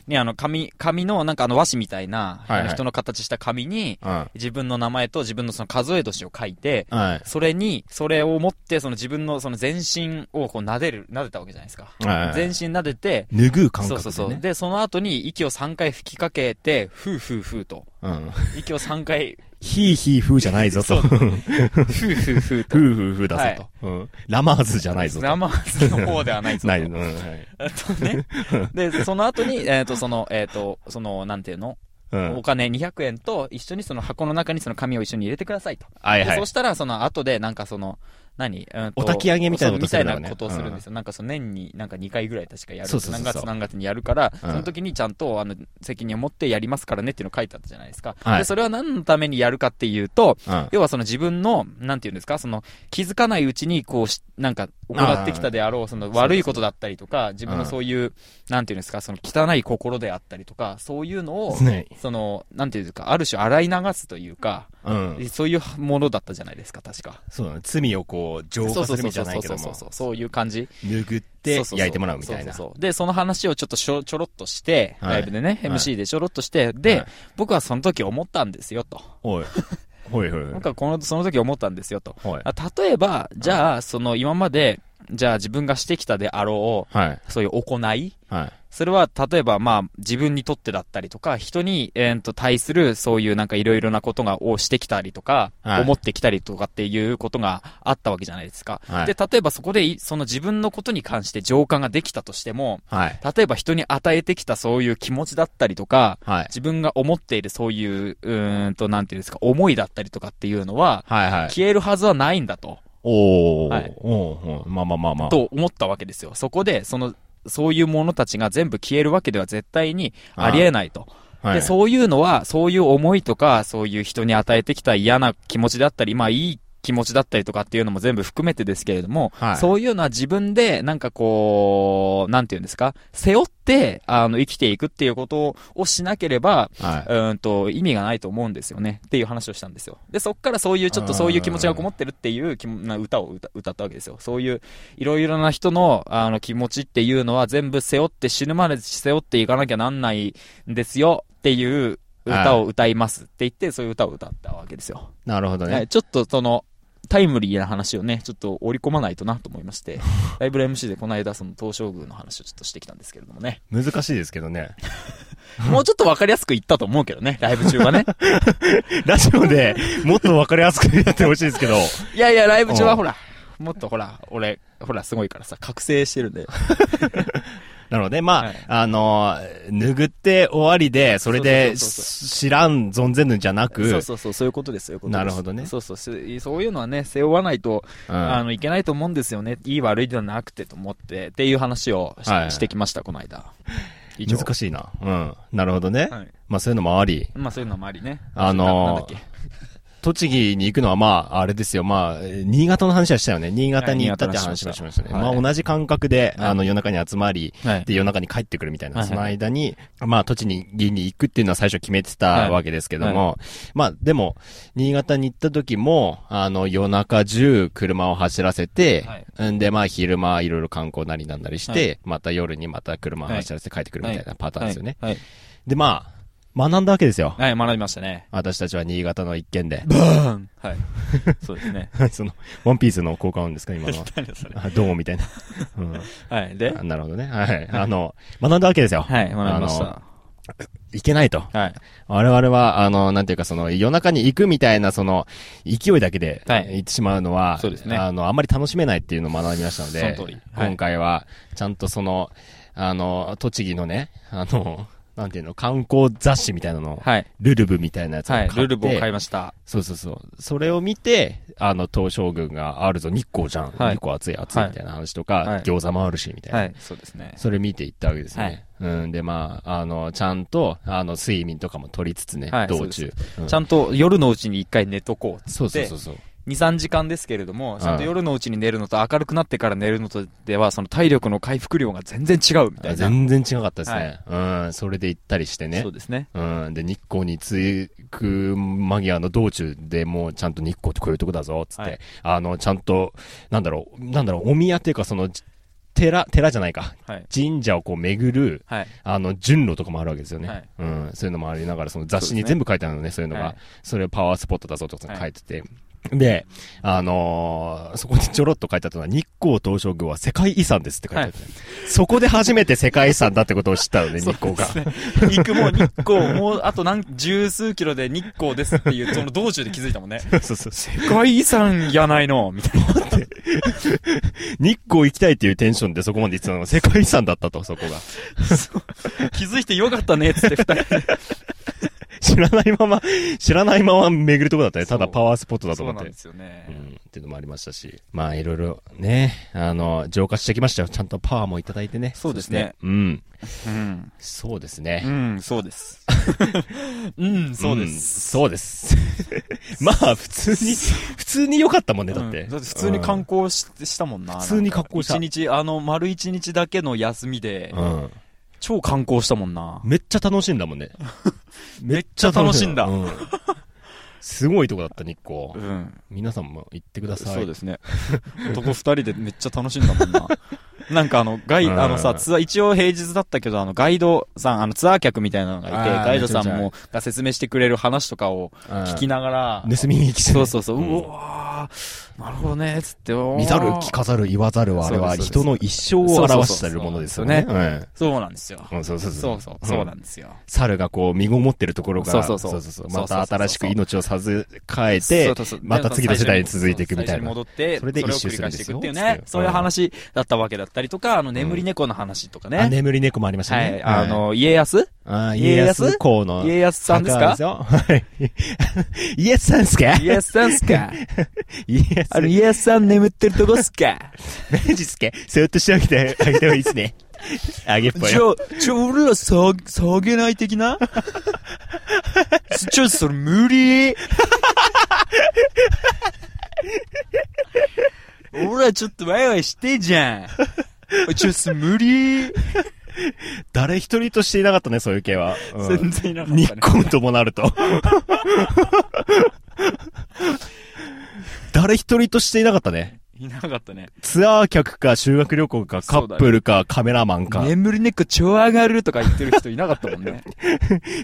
[SPEAKER 2] ね、あの、紙、紙の、なんかあの和紙みたいな、
[SPEAKER 1] はいはい
[SPEAKER 2] あの人の形した紙に、
[SPEAKER 1] うん。
[SPEAKER 2] 自分の名前と自分のその数え年を書いて、
[SPEAKER 1] はい。
[SPEAKER 2] それに、それを持って、その自分のその全身をこう撫でる、撫でたわけじゃないですか。全
[SPEAKER 1] 全
[SPEAKER 2] 身撫でて、
[SPEAKER 1] 拭う感
[SPEAKER 2] そう
[SPEAKER 1] 覚で
[SPEAKER 2] そうそう。
[SPEAKER 1] ね。
[SPEAKER 2] で、その後に息を3回吹きかけて、ふうふうふうと。
[SPEAKER 1] うん。
[SPEAKER 2] 息を3回、
[SPEAKER 1] ひーひーふーじゃないぞと。
[SPEAKER 2] そう
[SPEAKER 1] ふー
[SPEAKER 2] ふうふうふうと
[SPEAKER 1] ふ。ーふーだぞと。うんラマーズじゃないぞと。
[SPEAKER 2] 生発の方では ないぞと。
[SPEAKER 1] ない。うんはい
[SPEAKER 2] えっとね。で、その後に、えっ、と、その、えっ、と、その、なんていうの、
[SPEAKER 1] うん
[SPEAKER 2] お金200円と一緒にその箱の中にその紙を一緒に入れてくださいと。
[SPEAKER 1] はい
[SPEAKER 2] で
[SPEAKER 1] は
[SPEAKER 2] そ
[SPEAKER 1] い。
[SPEAKER 2] したら、その後で、なんかその、何、うんと
[SPEAKER 1] お焚き上げみたいなことす
[SPEAKER 2] そう
[SPEAKER 1] る
[SPEAKER 2] み
[SPEAKER 1] んだよ
[SPEAKER 2] た
[SPEAKER 1] ね
[SPEAKER 2] いなことをするんですよ。なんかその年になんか2回ぐらい確かやる。
[SPEAKER 1] そうそうそうそう
[SPEAKER 2] 何月何月にやるから、
[SPEAKER 1] うん
[SPEAKER 2] その時にちゃんとあの責任を持ってやりますからねっていうの書いてあったじゃないですか。
[SPEAKER 1] はい
[SPEAKER 2] で、それは何のためにやるかっていうと、
[SPEAKER 1] うん
[SPEAKER 2] 要はその自分の、なんていうんですか、その気づかないうちに、こうし、なんか、行ってきたであろう、その悪いことだったりとか、自分のそういう、なんていうんですか、その汚い心であったりとか、そういうのを、
[SPEAKER 1] ね
[SPEAKER 2] その、なんていうんですか、ある種洗い流すというか、
[SPEAKER 1] うん。
[SPEAKER 2] そういうものだったじゃないですか、確か。
[SPEAKER 1] そうだね。罪をこう、浄化するみたいないけど
[SPEAKER 2] そ
[SPEAKER 1] も
[SPEAKER 2] う、そうそう、そういう感じ。
[SPEAKER 1] 拭って
[SPEAKER 2] そうそうそう
[SPEAKER 1] 焼いてもらうみたいな。
[SPEAKER 2] そうそうそうで、その話をちょっとしょちょろっとして、
[SPEAKER 1] はい
[SPEAKER 2] ライブでね、
[SPEAKER 1] はい
[SPEAKER 2] MC でちょろっとして、で、
[SPEAKER 1] はい
[SPEAKER 2] 僕はその時思ったんですよ、と。
[SPEAKER 1] お い。ほいほいほい
[SPEAKER 2] 僕はこの、その時思ったんですよ、と。
[SPEAKER 1] ほい。
[SPEAKER 2] あ例えば、じゃあ、その今まで、じゃあ自分がしてきたであろ
[SPEAKER 1] はい。
[SPEAKER 2] う、そういう行い
[SPEAKER 1] はい。
[SPEAKER 2] それは、例えば、まあ、自分にとってだったりとか、人に、えー、と対する、そういうなんかいろいろなことが、をしてきたりとか、
[SPEAKER 1] はい
[SPEAKER 2] 思ってきたりとかっていうことがあったわけじゃないですか。
[SPEAKER 1] はい
[SPEAKER 2] で、例えばそこでい、その自分のことに関して浄化ができたとしても、
[SPEAKER 1] はい。
[SPEAKER 2] 例えば人に与えてきたそういう気持ちだったりとか、
[SPEAKER 1] はい。
[SPEAKER 2] 自分が思っているそういう、うーんと、なんていうんですか、思いだったりとかっていうのは、
[SPEAKER 1] はいはい。
[SPEAKER 2] 消えるはずはないんだと。
[SPEAKER 1] おー。
[SPEAKER 2] はい
[SPEAKER 1] おーおーまあまあまあまあ。
[SPEAKER 2] と思ったわけですよ。そこで、その、そういうものたちが全部消えるわけでは絶対にありえないと。
[SPEAKER 1] はい
[SPEAKER 2] で、そういうのは、そういう思いとか、そういう人に与えてきた嫌な気持ちだったり、まあいい気持ちだったりとかっていうのも全部含めてですけれども、
[SPEAKER 1] はい
[SPEAKER 2] そういうのは自分で、なんかこう、なんていうんですか、背負って、あの、生きていくっていうことをしなければ、
[SPEAKER 1] は
[SPEAKER 2] うーんと、意味がないと思うんですよね。っていう話をしたんですよ。で、そっからそういう、ちょっとそういう気持ちがこもってるっていう気もな歌を歌歌ったわけですよ。そういう、いろいろな人の、あの、気持ちっていうのは全部背負って、死ぬまで背負っていかなきゃなんないんですよっていう歌を歌いますって言って、そういう歌を歌ったわけですよ。
[SPEAKER 1] い。なるほど
[SPEAKER 2] は
[SPEAKER 1] ね
[SPEAKER 2] い。ちょっとその、タイムリーな話をね、ちょっと織り込まないとなと思いまして、ライブ MC でこの間その東照宮の話をちょっとしてきたんですけれどもね。
[SPEAKER 1] 難しいですけどね。
[SPEAKER 2] もうちょっとわかりやすく言ったと思うけどね、ライブ中はね。
[SPEAKER 1] ラジオでもっとわかりやすくやってほしいですけど。
[SPEAKER 2] いやいや、ライブ中
[SPEAKER 1] う
[SPEAKER 2] は
[SPEAKER 1] ん
[SPEAKER 2] ほら、もっとほら、俺、ほら、すごいからさ、覚醒してるんで。
[SPEAKER 1] なので、まあ、
[SPEAKER 2] はい
[SPEAKER 1] あのー、拭って終わりで、それで
[SPEAKER 2] そうそうそう
[SPEAKER 1] 知らん、存ぜぬんじゃなく、
[SPEAKER 2] そうそうそう、そういうことです、そういうことです
[SPEAKER 1] なるほどね
[SPEAKER 2] そうそう、しそういうのはね、背負わないと、
[SPEAKER 1] うん
[SPEAKER 2] あの、いけないと思うんですよね。いい悪いではなくてと思って、っていう話をし,、
[SPEAKER 1] はい
[SPEAKER 2] てきました、この間。
[SPEAKER 1] 難しいな。うん。なるほどね。
[SPEAKER 2] はい。
[SPEAKER 1] まあ、そういうのもあり、
[SPEAKER 2] まあ、そういうのもありね。
[SPEAKER 1] あのー
[SPEAKER 2] ななんだっけ
[SPEAKER 1] 栃木に行くのは、まあ、あれですよ。まあ、えー新潟の話はしたよね。新潟に行ったって
[SPEAKER 2] はい
[SPEAKER 1] 話
[SPEAKER 2] 新
[SPEAKER 1] もし
[SPEAKER 2] 潟の話
[SPEAKER 1] ましたね。
[SPEAKER 2] はい
[SPEAKER 1] まあ、同じ感覚で、
[SPEAKER 2] はい
[SPEAKER 1] あの、夜中に集まり、
[SPEAKER 2] はい
[SPEAKER 1] で、夜中に帰ってくるみたいな、
[SPEAKER 2] はいはい
[SPEAKER 1] その間に、まあ、栃木に行くっていうのは最初決めてたわけですけども、まあ、でも、新潟に行った時も、あの、夜中中車を走らせて、んで、まあ、昼間、いろいろ観光なりなんなりして、
[SPEAKER 2] は
[SPEAKER 1] また夜にまた車を走らせて帰ってくるみたいなパターンですよね。
[SPEAKER 2] はい。はい
[SPEAKER 1] で、まあ、学んだわけですよ。
[SPEAKER 2] はい、学びましたね。
[SPEAKER 1] 私たちは新潟の一軒で。
[SPEAKER 2] バーンはい。そうですね。
[SPEAKER 1] その、ワンピースの効果音ですか、今のは。
[SPEAKER 2] 何それ
[SPEAKER 1] あどうもみたいな。 うん
[SPEAKER 2] はい。で
[SPEAKER 1] あ、なるほどね。はい。あの、学んだわけですよ。
[SPEAKER 2] はい、学びました。
[SPEAKER 1] いけないと。
[SPEAKER 2] はい。
[SPEAKER 1] 我々は、あの、なんていうか、その、夜中に行くみたいな、その、勢いだけで、
[SPEAKER 2] はい
[SPEAKER 1] 行ってしまうのは、
[SPEAKER 2] そうですね
[SPEAKER 1] あの、あんまり楽しめないっていうのを学びましたので、
[SPEAKER 2] その通りはい
[SPEAKER 1] 今回は、ちゃんとその、あの、栃木のね、あの、なんていうの、観光雑誌みたいなのを、
[SPEAKER 2] はい。
[SPEAKER 1] ルルブみたいなやつを
[SPEAKER 2] は
[SPEAKER 1] 買
[SPEAKER 2] い
[SPEAKER 1] っ。て、
[SPEAKER 2] ルルブを買いました。
[SPEAKER 1] そうそうそう。それを見て、あの、東照宮があるぞ、日光じゃん。
[SPEAKER 2] はい
[SPEAKER 1] 日光暑い暑いみたいな話とか、
[SPEAKER 2] はい
[SPEAKER 1] 餃子もあるし、みたいな。
[SPEAKER 2] はい。そうですね。
[SPEAKER 1] それ見ていったわけですね。うん。で、まあ、あの、ちゃんと、あの、睡眠とかも取りつつね、
[SPEAKER 2] はい
[SPEAKER 1] 道中。
[SPEAKER 2] ちゃんと夜のうちに一回寝とこうっつって。
[SPEAKER 1] そうそうそうそう。
[SPEAKER 2] 23時間ですけれども
[SPEAKER 1] ん
[SPEAKER 2] ちゃんと夜のうちに寝るのと明るくなってから寝るのとではその体力の回復量が全然違うみたいな、
[SPEAKER 1] 全然違かったですね。うん。それで行ったりしてね
[SPEAKER 2] そう。ですね
[SPEAKER 1] うん。で、日光に着く間際の道中でもうちゃんと日光ってこういうとこだぞ、つって。
[SPEAKER 2] はい
[SPEAKER 1] あの、ちゃんと、なんだろう、なんだろう、お宮っていうかその、寺、寺じゃないか。
[SPEAKER 2] はい
[SPEAKER 1] 神社をこう巡る、
[SPEAKER 2] はい
[SPEAKER 1] あの、順路とかもあるわけですよね。
[SPEAKER 2] はい
[SPEAKER 1] うん。そういうのもありながら、その雑誌に
[SPEAKER 2] そうですね
[SPEAKER 1] 全部書いてあるのね、そういうのが。
[SPEAKER 2] はい
[SPEAKER 1] それをパワースポットだぞとか書いてて。で、あのーそこにちょろっと書いてあったのは、日光東照宮は世界遺産ですって書いてあって、そこで初めて世界遺産だってことを知ったのね、日光が。
[SPEAKER 2] そうですね行くもう日光、もうあと何、十数キロで日光ですっていう、その道中で気づい たもんね。
[SPEAKER 1] そうそうそう
[SPEAKER 2] 世界遺産やないの みたいな。
[SPEAKER 1] 日光行きたいっていうテンションでそこまで言ってたのが世界遺産だったと、そこが。
[SPEAKER 2] 気づいてよかったねっつって二人。
[SPEAKER 1] 知らないまま、知らないまま巡るとこだったね。ただパワースポットだと
[SPEAKER 2] そう
[SPEAKER 1] 思っ
[SPEAKER 2] なん
[SPEAKER 1] て
[SPEAKER 2] で。すよね
[SPEAKER 1] う。ん、っていうのもありましたし。まあ、いろいろね、あの、浄化してきましたよ。ちゃんとパワーもいただいてね。
[SPEAKER 2] そうですね
[SPEAKER 1] そして。うん。
[SPEAKER 2] うん。
[SPEAKER 1] そうです
[SPEAKER 2] う
[SPEAKER 1] ね。
[SPEAKER 2] ん、そうです。うん、そうで
[SPEAKER 1] ん
[SPEAKER 2] す。
[SPEAKER 1] そう です。まあ、普通に、普通に良かったもんね、だって。
[SPEAKER 2] うん普通に観光ししたもんな。
[SPEAKER 1] 普通に観光した
[SPEAKER 2] 一日、あの、丸一日だけの休みで、
[SPEAKER 1] うん。うん。
[SPEAKER 2] 超観光したもんな。
[SPEAKER 1] めっちゃ楽しんだもん ね。めっ
[SPEAKER 2] ちゃ楽しんだ
[SPEAKER 1] うんすごいとこだった、日光
[SPEAKER 2] う。ん。
[SPEAKER 1] 皆さんも行ってください。
[SPEAKER 2] そうですね。男二人でめっちゃ楽しんだも んな。なんかあの、ガイ、
[SPEAKER 1] うん
[SPEAKER 2] あのさ、ツアー、一応平日だったけど、あの、ガイドさん、あの、ツアー客みたいなのがいて、
[SPEAKER 1] あー
[SPEAKER 2] ガイドさん
[SPEAKER 1] めちゃめ
[SPEAKER 2] も、が説明してくれる話とかを
[SPEAKER 1] うん。
[SPEAKER 2] 聞きながら、
[SPEAKER 1] 盗みに来て
[SPEAKER 2] そうそうそう、
[SPEAKER 1] う
[SPEAKER 2] うんわー、なるほどね、つって、
[SPEAKER 1] 見ざる、
[SPEAKER 2] 機
[SPEAKER 1] 聞かざる、言わざるはあれは
[SPEAKER 2] そうです
[SPEAKER 1] 人の一生を表してるものですよね。
[SPEAKER 2] そう
[SPEAKER 1] うん
[SPEAKER 2] そうなんですよ。
[SPEAKER 1] うんそうそう
[SPEAKER 2] そうそう、そうなんんですよ。
[SPEAKER 1] 猿がこう、身ごもってるところから、
[SPEAKER 2] そうそうそう
[SPEAKER 1] ま
[SPEAKER 2] そうそ
[SPEAKER 1] た
[SPEAKER 2] うそう
[SPEAKER 1] 新しく命を授かえ
[SPEAKER 2] そ
[SPEAKER 1] て
[SPEAKER 2] う、そうそう
[SPEAKER 1] また次の世代に続いていくみたいな
[SPEAKER 2] 最初に戻って、
[SPEAKER 1] そ
[SPEAKER 2] そ
[SPEAKER 1] れで
[SPEAKER 2] れで
[SPEAKER 1] 一
[SPEAKER 2] 一
[SPEAKER 1] 周
[SPEAKER 2] 周
[SPEAKER 1] する
[SPEAKER 2] する
[SPEAKER 1] ん
[SPEAKER 2] ん
[SPEAKER 1] で
[SPEAKER 2] ですす
[SPEAKER 1] よ
[SPEAKER 2] よ。っていう
[SPEAKER 1] つっ
[SPEAKER 2] ね
[SPEAKER 1] て。
[SPEAKER 2] そういう話だったわけだったりとか、あの、眠り猫の話とか
[SPEAKER 1] あ、
[SPEAKER 2] ね。
[SPEAKER 1] 眠り猫もありました
[SPEAKER 2] は
[SPEAKER 1] ね。
[SPEAKER 2] い、あ、の、家康
[SPEAKER 1] あー家
[SPEAKER 2] 家康
[SPEAKER 1] 康公の、
[SPEAKER 2] 家康さんですか
[SPEAKER 1] よはい。 イエスさんですか
[SPEAKER 2] イエスさんっ すか
[SPEAKER 1] イエス
[SPEAKER 2] あの、イエスさん眠ってるとこっ すか
[SPEAKER 1] マジっすかそっとしてあげて、あげた方がいいです ね。あげっぽい
[SPEAKER 2] ち。ょ、ちょ、俺ら騒げ、騒げない的な ちょ、それ無理 俺らちょっとワイワイしてんじゃん。ちょ、それ無理
[SPEAKER 1] 誰一人としていなかったね、そういう系は。うん
[SPEAKER 2] 全然いなかったね
[SPEAKER 1] 日。光ともなると。 誰一人としていなかったね。
[SPEAKER 2] いなかったね。
[SPEAKER 1] ツアー客か修学旅行かカップルかカメラマンか。
[SPEAKER 2] 眠り猫超上がるとか言ってる人いなかったもんね。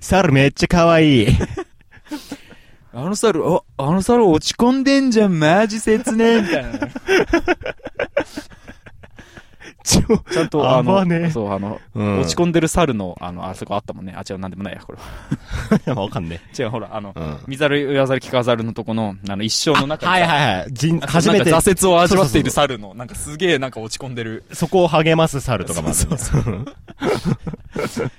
[SPEAKER 1] 猿めっちゃ可愛い。
[SPEAKER 2] あの猿、あ、あの猿落ち込んでんじゃん、マジ切ねみたいなね。
[SPEAKER 1] 超、
[SPEAKER 2] ちゃんと、
[SPEAKER 1] あ
[SPEAKER 2] あ
[SPEAKER 1] まあ
[SPEAKER 2] の、
[SPEAKER 1] ね
[SPEAKER 2] そう、あの、
[SPEAKER 1] うん
[SPEAKER 2] 落ち込んでる猿の、あの、あそこあったもんね。あ、違う、なんでもないや、これは。
[SPEAKER 1] わかんね
[SPEAKER 2] 違う、ほら、あの
[SPEAKER 1] え。う、ん。
[SPEAKER 2] 見ざる、言わざる、聞かざるのとこの、あの、一生の中に
[SPEAKER 1] はい
[SPEAKER 2] さ
[SPEAKER 1] はいはい。人、
[SPEAKER 2] なんか
[SPEAKER 1] 初めて
[SPEAKER 2] なんか挫折を味わっている猿の、なんかすげえなんか落ち込んでる。
[SPEAKER 1] そこを励ます猿とかもある、ね。そうそうそう。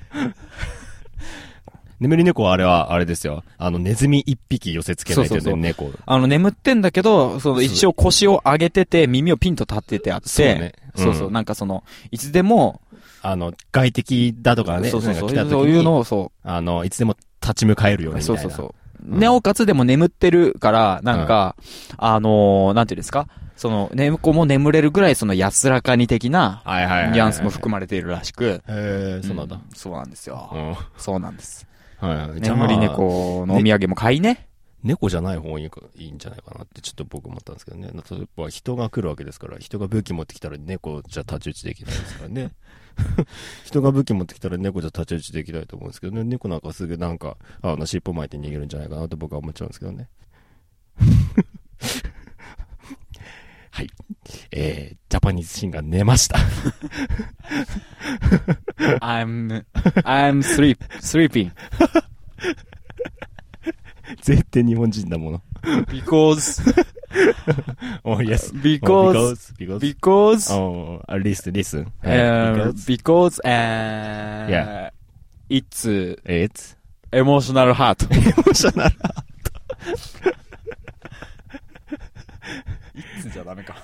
[SPEAKER 1] 眠り猫はあれは、あれですよ。あの、ネズミ一匹寄せ付けないという
[SPEAKER 2] そうそうそう
[SPEAKER 1] ね猫。
[SPEAKER 2] あの、眠ってんだけど、その、一応腰を上げてて、耳をピンと立っててあって、
[SPEAKER 1] そうねうん
[SPEAKER 2] そうそう、なんかその、いつでも、
[SPEAKER 1] あの、外敵だとかね。
[SPEAKER 2] そうそう
[SPEAKER 1] な
[SPEAKER 2] そ
[SPEAKER 1] ん
[SPEAKER 2] う、
[SPEAKER 1] か来た時に
[SPEAKER 2] そういうのを、そう、
[SPEAKER 1] あの、いつでも立ち向かえるようにみたい
[SPEAKER 2] そ
[SPEAKER 1] うな。
[SPEAKER 2] そうそう。
[SPEAKER 1] うん
[SPEAKER 2] なおかつでも眠ってるから、なんか、あのーなんていうんですかその、眠子も眠れるぐらいその安らかに的な
[SPEAKER 1] はいはいはい、
[SPEAKER 2] ニュアンスも含まれているらしく。
[SPEAKER 1] まへえ、そうなんだ。
[SPEAKER 2] んそうなんです
[SPEAKER 1] う
[SPEAKER 2] よ。
[SPEAKER 1] ん。
[SPEAKER 2] そうなんです。
[SPEAKER 1] はいはい。じゃあ
[SPEAKER 2] 眠り。猫のお土産も買いね。
[SPEAKER 1] 猫じゃない方がいいんじゃないかなってちょっと僕思ったんですけどね。例えば人が来るわけですから、人が武器持ってきたら猫じゃ太刀打ちできないですからね。 人が武器持ってきたら猫じゃ太刀打ちできないと思うんですけどね。猫なんかすぐなんか、あの、尻尾巻いて逃げるんじゃないかなって僕は思っちゃうんですけどね。 はい。えー、ジャパニーズシンガー寝ました。
[SPEAKER 2] I'm, I'm sleep, sleeping.
[SPEAKER 1] 絶対日本人だもの。
[SPEAKER 2] Because,
[SPEAKER 1] おい、yes.
[SPEAKER 2] because,
[SPEAKER 1] because, because.
[SPEAKER 2] because,
[SPEAKER 1] Oh, listen, listen.
[SPEAKER 2] uh,
[SPEAKER 1] Because
[SPEAKER 2] because, uh,
[SPEAKER 1] Yeah.
[SPEAKER 2] it's
[SPEAKER 1] it's
[SPEAKER 2] emotional heart.
[SPEAKER 1] じゃなら。
[SPEAKER 2] じゃダメか。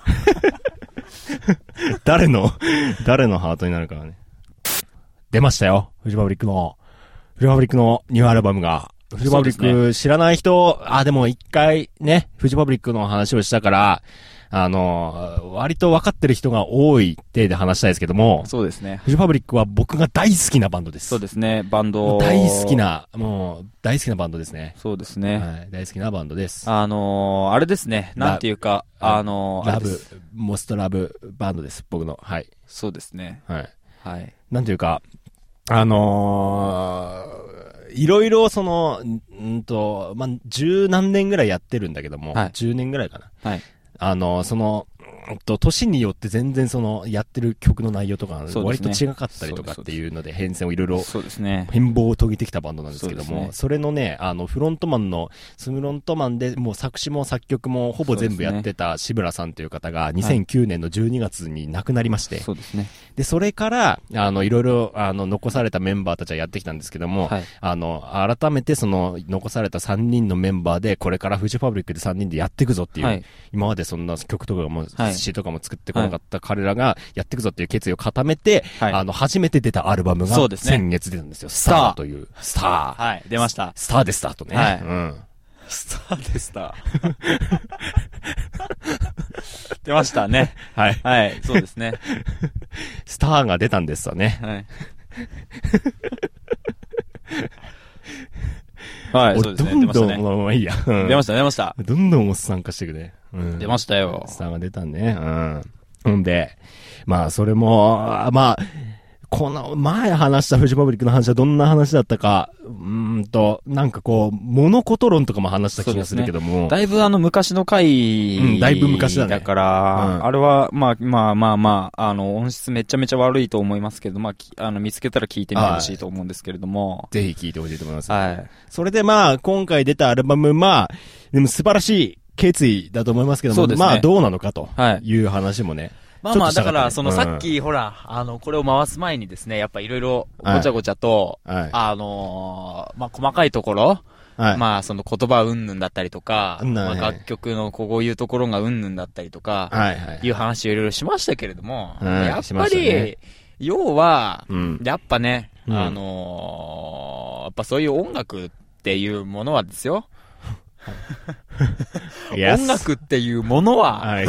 [SPEAKER 1] 誰の、 誰のハートになるからね。出ましたよ。フジファブリックの、フジファブリックのニューアルバムがフジファブリ
[SPEAKER 2] そう
[SPEAKER 1] ック知らない人、あ、でも一回ね、フジファブリックの話をしたから、あの、割と分かってる人が多い体で話したいですけども、
[SPEAKER 2] そうですね。
[SPEAKER 1] フジファブリックは僕が大好きなバンドです。
[SPEAKER 2] そうですね。バンド。
[SPEAKER 1] 大好き。な、もう、大好きなバンドですね。
[SPEAKER 2] そうですね。
[SPEAKER 1] はい、大好きなバンドです。
[SPEAKER 2] あのー、あれですね。
[SPEAKER 1] ラ
[SPEAKER 2] なんていうか、
[SPEAKER 1] はい
[SPEAKER 2] あのー、あ
[SPEAKER 1] ラ
[SPEAKER 2] れで
[SPEAKER 1] ブ
[SPEAKER 2] す。、
[SPEAKER 1] モストラブバンドです、僕の。はい。
[SPEAKER 2] そうですね。
[SPEAKER 1] はい。
[SPEAKER 2] はい。
[SPEAKER 1] なんていうか、あのーいろいろその、んんと、まあ、十何年ぐらいやってるんだけども、
[SPEAKER 2] はい
[SPEAKER 1] 十年ぐらいかな。
[SPEAKER 2] はい。
[SPEAKER 1] あのーその、うんと、年によって全然その、やってる曲の内容とか、
[SPEAKER 2] すね
[SPEAKER 1] 割と違かったりとかっていうので、変遷をいろいろ
[SPEAKER 2] そうですね。
[SPEAKER 1] 変貌を遂げてきたバンドなんですけども、
[SPEAKER 2] そ
[SPEAKER 1] そ,、
[SPEAKER 2] うですね
[SPEAKER 1] れのね、あの、フロントマンの、スムロントマンで、もう作詞も作曲もほぼ全部やってた志村さんという方が、2009年の12月に亡くなりまして、
[SPEAKER 2] そうですね。
[SPEAKER 1] で、それから、あの、いろいろ、あの、残されたメンバーたちはやってきたんですけども、
[SPEAKER 2] はい。
[SPEAKER 1] あの、改めてその、残された3人のメンバーで、これからフジファブリックで3人でやっていくぞっていう、
[SPEAKER 2] はい。
[SPEAKER 1] 今までそんな曲とかも、
[SPEAKER 2] はい
[SPEAKER 1] 詩とかも作ってこなかった彼らが、やっていくぞっていう決意を固めて、
[SPEAKER 2] はい
[SPEAKER 1] あの、初めて出たアルバムが
[SPEAKER 2] そう、ですね
[SPEAKER 1] 先月出たんですよ。
[SPEAKER 2] ス
[SPEAKER 1] ス
[SPEAKER 2] タ
[SPEAKER 1] タ
[SPEAKER 2] ー
[SPEAKER 1] ーという。スター。
[SPEAKER 2] はい。出ました。
[SPEAKER 1] スターでスタートね。
[SPEAKER 2] はい
[SPEAKER 1] うん。
[SPEAKER 2] スターでした。 出ましたね。
[SPEAKER 1] はい。
[SPEAKER 2] はい。そうですね。
[SPEAKER 1] スターが出たんですよね。
[SPEAKER 2] はい。はい、そう
[SPEAKER 1] 俺
[SPEAKER 2] です
[SPEAKER 1] ど
[SPEAKER 2] ね。出
[SPEAKER 1] ん
[SPEAKER 2] まし
[SPEAKER 1] ど
[SPEAKER 2] た
[SPEAKER 1] ん、
[SPEAKER 2] ね。
[SPEAKER 1] もうまあいいや。 うん
[SPEAKER 2] 出ました、出ました。
[SPEAKER 1] どんどんおっさん化してくね。うん
[SPEAKER 2] 出ましたよ。
[SPEAKER 1] スターが出たね。うん。ほんで、まあ、それも、まあ、この前話したフジパブリックの話はどんな話だったか、うーんと、なんかこう、物事論とかも話した気がするけども、
[SPEAKER 2] だいぶあの昔の回、
[SPEAKER 1] うんだいぶ昔だね
[SPEAKER 2] から、
[SPEAKER 1] うん
[SPEAKER 2] あれは、まあまあまあまあ、あの、音質めちゃめちゃ悪いと思いますけど、まあ、きあの、見つけたら聞いてみてほしいと思うんですけれども。
[SPEAKER 1] ぜひ聞いてほしいと思います。
[SPEAKER 2] はい。
[SPEAKER 1] それでまあ、今回出たアルバム、まあ、でも素晴らしい決意だと思いますけど
[SPEAKER 2] そ
[SPEAKER 1] も、
[SPEAKER 2] うですね
[SPEAKER 1] まあ、どうなのかと
[SPEAKER 2] はい
[SPEAKER 1] いう話もね。
[SPEAKER 2] まあまあ、
[SPEAKER 1] ちょ
[SPEAKER 2] だ
[SPEAKER 1] っとしたか
[SPEAKER 2] か
[SPEAKER 1] ったね
[SPEAKER 2] ら、その
[SPEAKER 1] うん
[SPEAKER 2] さっき、ほら、あの、これを回す前にですね、やっぱいろいろごちゃごちゃと、
[SPEAKER 1] はい。
[SPEAKER 2] あのーまあ、細かいところ、
[SPEAKER 1] はい。
[SPEAKER 2] まあ、その言葉うんぬんだったりとか、
[SPEAKER 1] うん
[SPEAKER 2] まあ、
[SPEAKER 1] はい
[SPEAKER 2] 楽曲のこういうところがうんぬんだったりとか、
[SPEAKER 1] はい。はい
[SPEAKER 2] いう話をいろいろしましたけれども、
[SPEAKER 1] はい
[SPEAKER 2] やっ
[SPEAKER 1] し
[SPEAKER 2] ぱ
[SPEAKER 1] ました
[SPEAKER 2] り、
[SPEAKER 1] ね
[SPEAKER 2] 要は、
[SPEAKER 1] うん。
[SPEAKER 2] やっぱね、
[SPEAKER 1] うん
[SPEAKER 2] あのーやっぱそういう音楽っていうものはですよ、
[SPEAKER 1] Yes
[SPEAKER 2] 音楽っていうものは、
[SPEAKER 1] はい。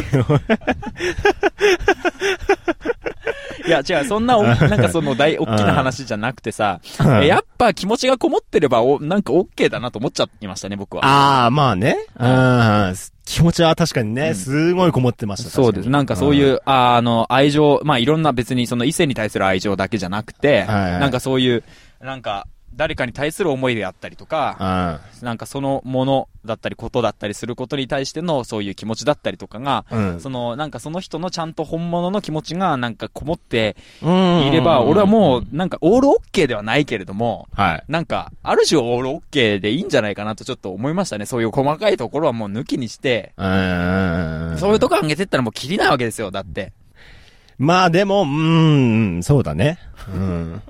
[SPEAKER 2] いや違う、そんなお、なんかその大、大きな話じゃなくてさ、やっぱ気持ちがこもってればお、なんか OK だなと思っちゃいましたね、僕は。
[SPEAKER 1] ああ、まあね。うん。気持ちは確かに
[SPEAKER 2] う
[SPEAKER 1] ね、
[SPEAKER 2] ん
[SPEAKER 1] すごいこもってました。。
[SPEAKER 2] そうです。なんかそういうう、ああの、愛情、まあいろんな別にその異性に対する愛情だけじゃなくて、
[SPEAKER 1] はいはい
[SPEAKER 2] なんかそういう、なんか誰かに対する思いであったりと
[SPEAKER 1] う
[SPEAKER 2] か、
[SPEAKER 1] ん。
[SPEAKER 2] なんかそのものだったりことだったりすることに対してのそういう気持ちだったりとかが、
[SPEAKER 1] うん。
[SPEAKER 2] そのなんかその人のちゃんと本物の気持ちがなんかこもって
[SPEAKER 1] うん
[SPEAKER 2] いれば、俺はもう、なんかオールオッケーではないけれども、
[SPEAKER 1] はい。
[SPEAKER 2] なんか、ある種オールオッケーでいいんじゃないかなとちょっと思いましたね。そういう細かいところはもう抜きにして、
[SPEAKER 1] うん。
[SPEAKER 2] そういうとこ上げてったらもう切りないわけですよ、だって。
[SPEAKER 1] まあでも、うーん、そうだね。うん。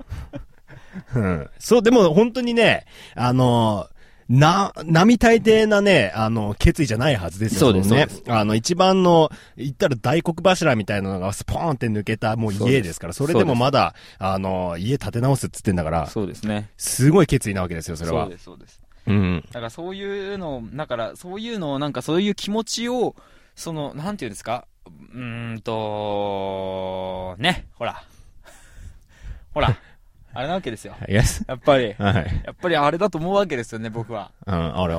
[SPEAKER 1] うんそう、でも本当にね、あの、な、並大抵なね、あの、決意じゃないはずですよ
[SPEAKER 2] そうです
[SPEAKER 1] のね
[SPEAKER 2] そ。
[SPEAKER 1] あの、一番の、言ったら大黒柱みたいなのがスポーンって抜けた、もう
[SPEAKER 2] そうで
[SPEAKER 1] 家
[SPEAKER 2] す
[SPEAKER 1] ですから、それでもまだ、あの、家建て直すっつってんだから、
[SPEAKER 2] そうですね。
[SPEAKER 1] すごい決意なわけですよ、それ
[SPEAKER 2] そう
[SPEAKER 1] は。
[SPEAKER 2] です、そうです。
[SPEAKER 1] うん。
[SPEAKER 2] だからそういうのを、だからそういうのを、なんかそういう気持ちを、その、なんていうんですか、うーんと、ね、ほら。ほら、あれなわけですよ。
[SPEAKER 1] イエス。
[SPEAKER 2] やっぱり、
[SPEAKER 1] はい。
[SPEAKER 2] やっぱりあれだと思うわけですよね、僕は。
[SPEAKER 1] うん、あれ、あ